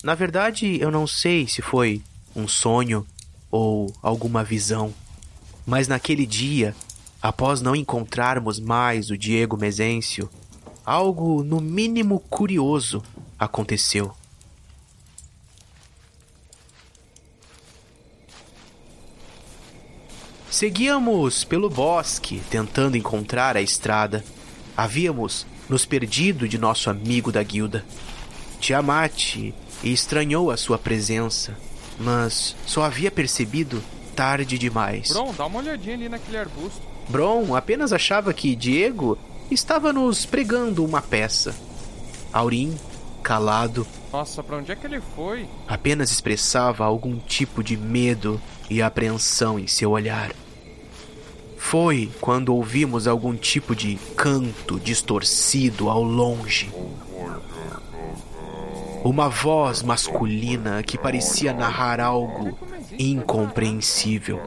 Na verdade, eu não sei se foi um sonho ou alguma visão, mas naquele dia, após não encontrarmos mais o Diego Mesêncio, algo no mínimo curioso aconteceu. Seguíamos pelo bosque, tentando encontrar a estrada. Havíamos nos perdido de nosso amigo da guilda. Tiamat estranhou a sua presença, mas só havia percebido tarde demais.
Bron, dá uma olhadinha ali naquele arbusto.
Bron apenas achava que Diego estava nos pregando uma peça. Aurim, calado,
Nossa, pra onde é que ele foi?
apenas expressava algum tipo de medo e apreensão em seu olhar. Foi quando ouvimos algum tipo de canto distorcido ao longe. Uma voz masculina que parecia narrar algo incompreensível.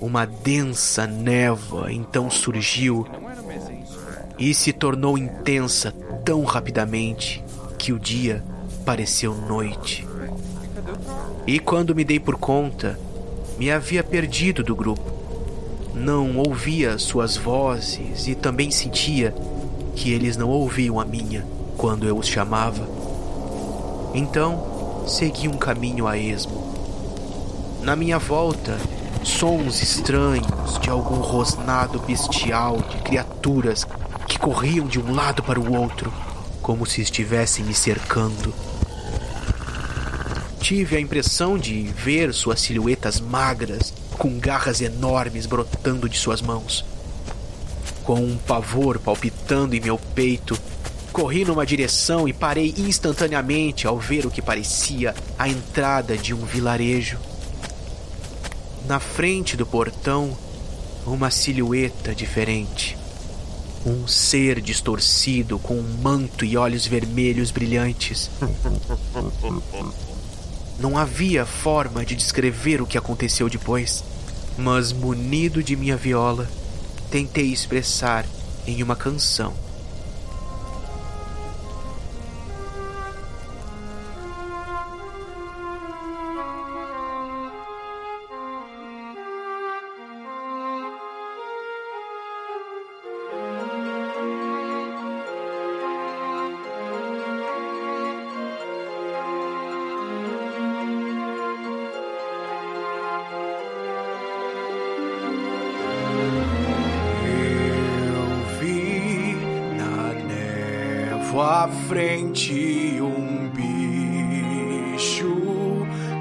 Uma densa névoa então surgiu
Não era o Mesêncio.
e se tornou intensa tão rapidamente que o dia pareceu noite. E quando me dei por conta, me havia perdido do grupo. Não ouvia suas vozes e também sentia que eles não ouviam a minha quando eu os chamava. Então, segui um caminho a esmo. Na minha volta, sons estranhos de algum rosnado bestial de criaturas que corriam de um lado para o outro, como se estivessem me cercando. Tive a impressão de ver suas silhuetas magras, com garras enormes brotando de suas mãos. Com um pavor palpitando em meu peito, corri numa direção e parei instantaneamente ao ver o que parecia a entrada de um vilarejo. Na frente do portão, uma silhueta diferente. Um ser distorcido com um manto e olhos vermelhos brilhantes. Não havia forma de descrever o que aconteceu depois, mas munido de minha viola, tentei expressar em uma canção. Eu vi na névoa à frente um bicho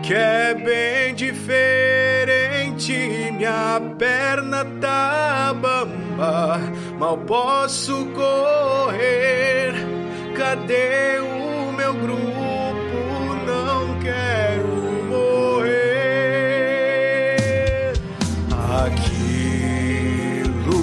que é bem diferente. Minha perna tá bamba, mal posso correr. Cadê o meu grupo? Não quero morrer. Aquilo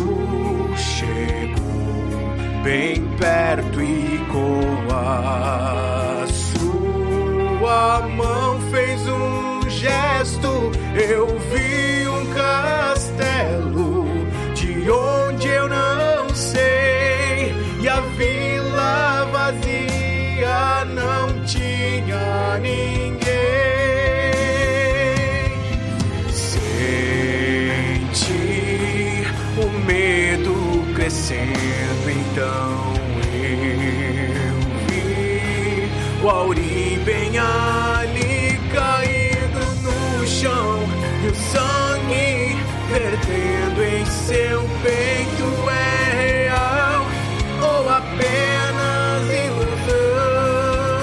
chegou bem perto e com a sua mão fez um gesto. Eu vi um castelo de onde eu não sei e a vila vazia não tinha ninguém. Sente o medo crescendo, então eu vi o Auri bem ali caído no chão.
em seu peito é real ou apenas ilusão.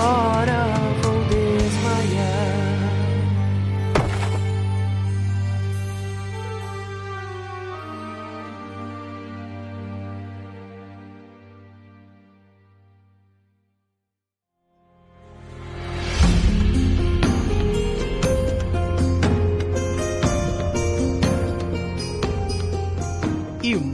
Agora vou desmaiar.
E